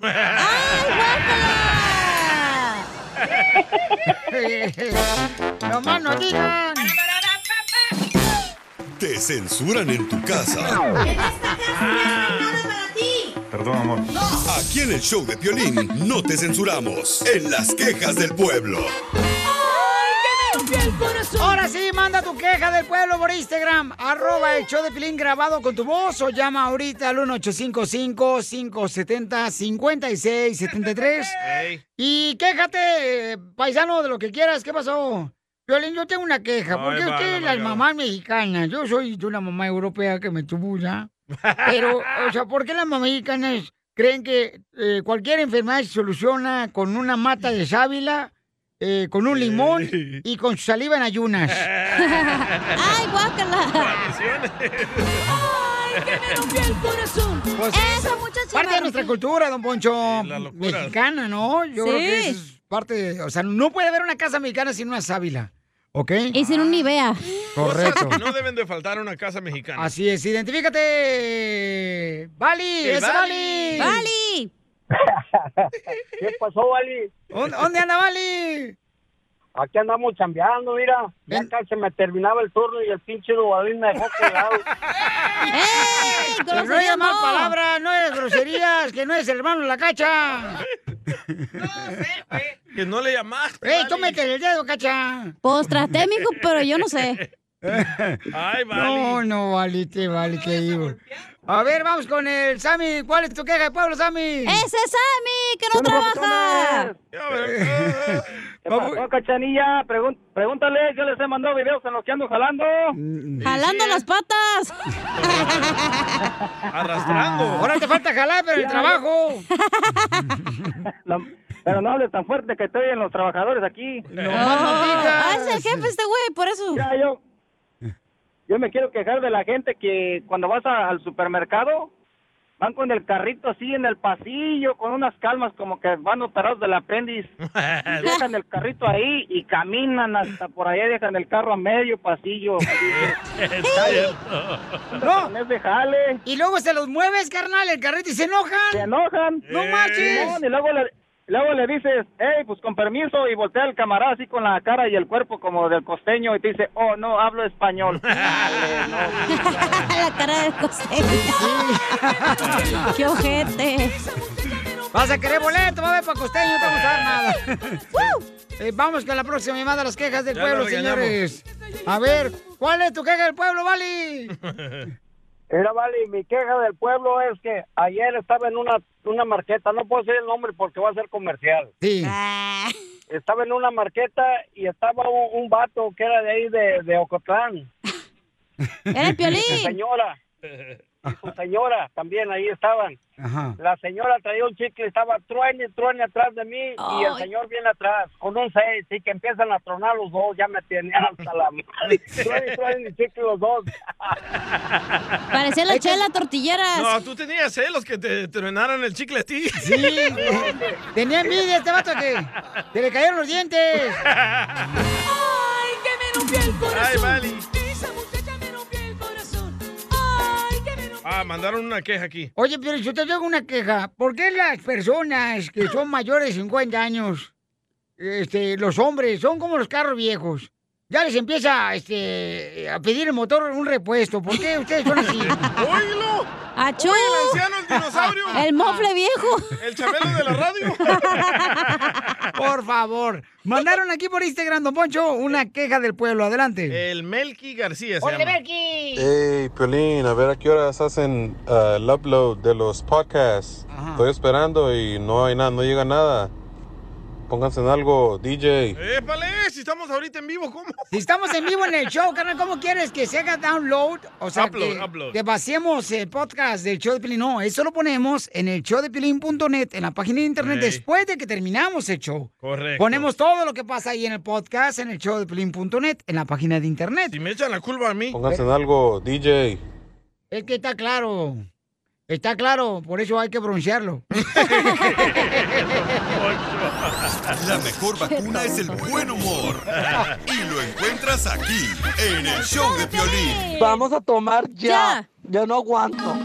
S4: guácala! Nomás no digan.
S6: Te censuran en tu casa. Perdón, amor. Aquí en el show de Piolín no te censuramos. En las quejas del pueblo.
S4: Ahora sí, manda tu queja del pueblo por Instagram, arroba el show de Pilín grabado con tu voz o llama ahorita al 1855-570-5673. Y quéjate, eh, paisano, de lo que quieras. ¿Qué pasó? Violín, yo tengo una queja, porque
S12: va,
S4: ustedes,
S12: no
S4: las
S12: me
S4: mamás mexicanas, yo soy de una mamá europea que me tubulla, pero, o sea, ¿por qué las mamás mexicanas creen que eh, cualquier enfermedad se soluciona con una mata de sábila, eh, con un limón y con su saliva en ayunas?
S5: ¡Ay, guácala!
S4: Pues,
S5: Esa muchacha
S4: Parte de
S5: me
S4: nuestra cultura, don Poncho, mexicana, ¿no? Yo creo que
S5: Sí.
S4: eso es parte, de- o sea, no puede haber una casa mexicana sin una sábila, ¿ok? Y
S5: sin un Nivea.
S4: Correcto.
S3: Ah. No deben de faltar una casa mexicana.
S4: Así es, identifícate. Bali,
S3: El
S4: ese Bali.
S3: Bali.
S5: Bali.
S20: ¿Qué pasó, Vali?
S4: ¿Dónde anda, Vali?
S20: Aquí andamos chambeando, mira. Ya casi me terminaba el turno y el pinche Dubalín me dejó colgado.
S4: Que no
S20: grosería
S4: es mal
S20: no.
S4: palabra, no es groserías, que no es hermano la cacha.
S3: Que no le llamaste.
S4: ¡Ey, tú métele el dedo, cacha!
S5: Pues traté, mijo, pero yo no sé.
S3: Ay,
S5: Vali.
S4: No, no, Vali, te Vali, qué digo. A ver, vamos con el Sammy. ¿Cuál es tu queja de pueblo, Sammy?
S5: ¡Ese Sammy, que no trabaja!
S20: ¿Qué pasó, cachanilla? Pregun- pregúntale, yo les he mandado videos en los que ando jalando.
S5: ¡Jalando las patas!
S3: Arrastrando.
S4: Ahora te falta jalar, pero el
S20: Ya.
S4: trabajo.
S5: Oh,
S20: Pero no hables tan fuerte que estoy en los trabajadores aquí.
S5: No, ah, es el jefe este güey, por eso.
S20: Ya, yo, yo me quiero quejar de la gente que cuando vas a- al supermercado van con el carrito así en el pasillo, con unas calmas como que van operados del apéndice. Y dejan el carrito ahí y caminan hasta por allá, dejan el carro a medio pasillo.
S4: No. Y luego se los mueves, carnal, el carrito y se enojan. Se
S20: enojan.
S4: No marches.
S20: Y luego le, luego le dices, hey, pues con permiso, y voltea el camarada así con la cara y el cuerpo como del costeño y te dice, oh, no, hablo español. Dale, no.
S5: la cara del costeño. ¡Qué ojete!
S4: Vas a querer boleto, va a ver para costeño, no te va a gustar nada. Eh, vamos con la próxima llamada a las quejas del
S12: Ya lo
S4: pueblo,
S12: regañamos.
S4: señores. A ver, ¿cuál es tu queja del pueblo, Vali?
S20: Era vale, mi queja del pueblo es que ayer estaba en una, una marqueta, no puedo decir el nombre porque va a ser comercial. Ah.
S4: Sí.
S20: Estaba en una marqueta y estaba un, un vato que era de ahí de, de Ocotlán.
S5: Era el Piolín.
S20: Su señora, y su señora también ahí estaban.
S4: Ajá.
S20: La señora traía un chicle, estaba truene, y truene atrás de mí y el
S12: Ay.
S20: señor viene atrás con un seis y que empiezan a tronar los dos, ya me tenían hasta la madre. Truene, truene, y chicle los dos.
S5: Parecía la chela tortilleras.
S3: No, tú tenías celos que te tronaran el chicle a ti.
S4: Sí. Tenía envidia este vato que, que le cayeron los dientes.
S12: Ay, que me rompió el corazón.
S3: Ay, Vali.
S12: Esa muchacha me rompió el corazón. Ay, que me rompió.
S3: Ah, mandaron una queja aquí.
S4: Oye, pero yo te tengo una queja. ¿Por qué las personas que son mayores de 50 años, este, los hombres, son como los carros viejos? Ya les empieza este, a pedir el motor un repuesto. ¿Por qué ustedes son así?
S3: ¡Oílo!
S5: ¡Achú!
S3: ¡Oye, el anciano, el dinosaurio!
S5: ¡El mofle viejo!
S3: ¡El chabelo de la radio!
S4: Por favor. Mandaron aquí por Instagram, don Poncho, una queja del pueblo. Adelante.
S3: El Melky García se
S4: ¡Ole,
S3: llama.
S4: Belki!
S27: Hey, Piolín, a ver a qué horas hacen ah, el upload de los podcasts. Estoy esperando y no hay nada, no llega nada. Pónganse en algo, DJ.
S3: ¡Épale! Si estamos ahorita en vivo, ¿cómo?
S4: Si estamos en vivo en el show, carnal, ¿cómo quieres que se haga download? O sea,
S3: Upload,
S4: que,
S3: upload.
S4: que vaciemos el podcast del show de Pilín. No, eso lo ponemos en el showdepilín.net, en la página de internet,
S3: Ok.
S4: después de que terminamos el show.
S3: Correcto.
S4: Ponemos todo lo que pasa ahí en el podcast, en el showdepilín.net, en la página de internet.
S3: Si me echan la culpa a mí.
S27: Pónganse en algo, DJ.
S4: Es que está claro. Está claro, por eso hay que pronunciarlo.
S6: La mejor vacuna es el buen humor. Y lo encuentras aquí, en el show de Piolín.
S7: Vamos a tomar ya. Yo no aguanto.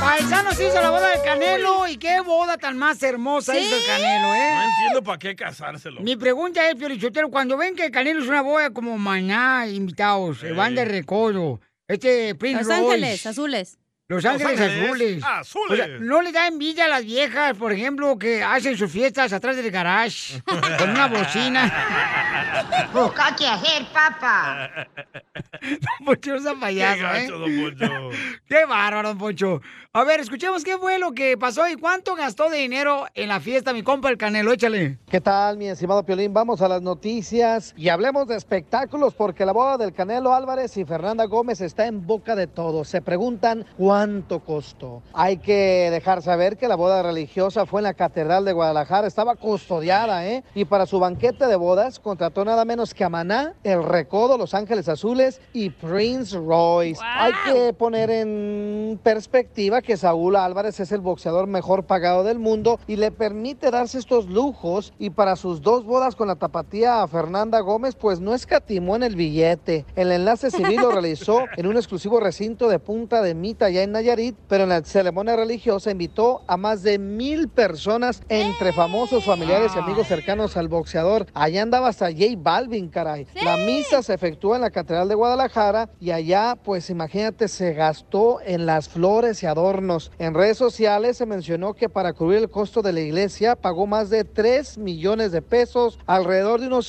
S4: Paisano se hizo la boda del Canelo y qué boda tan más hermosa hizo el Canelo, ¿eh?
S3: No entiendo para qué casárselo.
S4: Mi pregunta es, Piolichotero, cuando ven que Canelo es una boda como maná, invitados, se van de recodo, este Prince
S28: Los
S4: Royce,
S28: Ángeles, azules.
S4: Los Ángeles Azules.
S28: Azules.
S4: O sea, ¿No le da envidia a las viejas, por ejemplo, que hacen sus fiestas atrás del garage con una bocina? Busca qué hacer, papá. Poncho es un payaso, ¿eh? Qué bárbaro, don Poncho. A ver, escuchemos qué fue lo que pasó y cuánto gastó de dinero en la fiesta mi compa el Canelo. Échale.
S7: ¿Qué tal, mi estimado Piolín? Vamos a las noticias y hablemos de espectáculos porque la boda del Canelo Álvarez y Fernanda Gómez está en boca de todos. Se preguntan cuánto costó. Hay que dejar saber que la boda religiosa fue en la Catedral de Guadalajara, estaba custodiada, ¿eh? Y para su banquete de bodas contrató nada menos que a Maná, El Recodo, Los Ángeles Azules y Prince Royce. Hay que poner en perspectiva que Saúl Álvarez es el boxeador mejor pagado del mundo y le permite darse estos lujos y para sus dos bodas con la tapatía a Fernanda Gómez pues no escatimó en el billete. El enlace civil lo realizó en un exclusivo recinto de Punta de Mita allá en Nayarit, pero en la ceremonia religiosa invitó a más de mil personas entre famosos, familiares y amigos cercanos al boxeador. Allá andaba hasta J Balvin, caray. La misa se efectúa en la Catedral de Guadalajara y allá pues imagínate se gastó en las flores y adornos. En redes sociales se mencionó que para cubrir el costo de la iglesia pagó más de 3 millones de pesos, alrededor de unos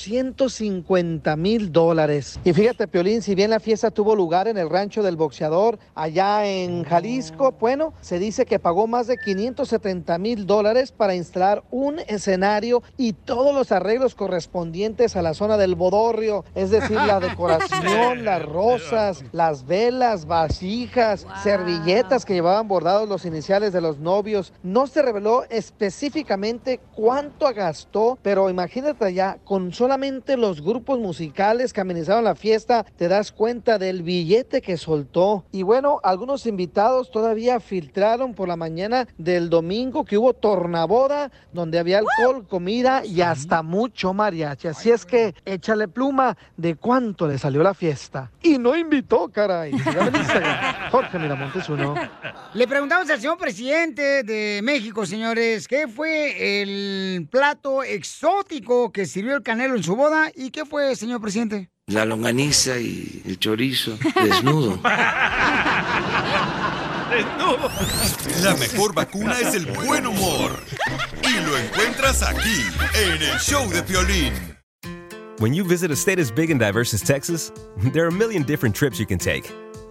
S7: 150 mil dólares. Y fíjate, Piolín, si bien la fiesta tuvo lugar en el rancho del boxeador allá en Jalisco, bueno, se dice que pagó más de 570 mil dólares para instalar un escenario y todos los arreglos correspondientes a la zona del bodorrio, es decir, la decoración, las rosas, las velas, vasijas, servilletas que llevaban bordados los iniciales de los novios. No se reveló específicamente cuánto gastó, pero imagínate ya, con solamente los grupos musicales que amenizaron la fiesta, te das cuenta del billete que soltó. Y bueno, algunos invitados todavía filtraron por la mañana del domingo que hubo tornaboda, donde había alcohol, comida y hasta mucho mariachi. Así es que échale pluma de cuánto le salió la fiesta. Y no invitó, caray. Sígame en Instagram, Jorge Miramontes uno.
S4: Le preguntamos al señor presidente de México, señores, ¿qué fue el plato exótico que sirvió el Canelo en su boda? ¿Y qué fue, señor presidente?
S17: La longaniza y el chorizo desnudo.
S6: La mejor vacuna es el buen humor. Y lo encuentras aquí, en el show de Piolín.
S2: When you visit a state as big and diverse as Texas, there are a million different trips you can take.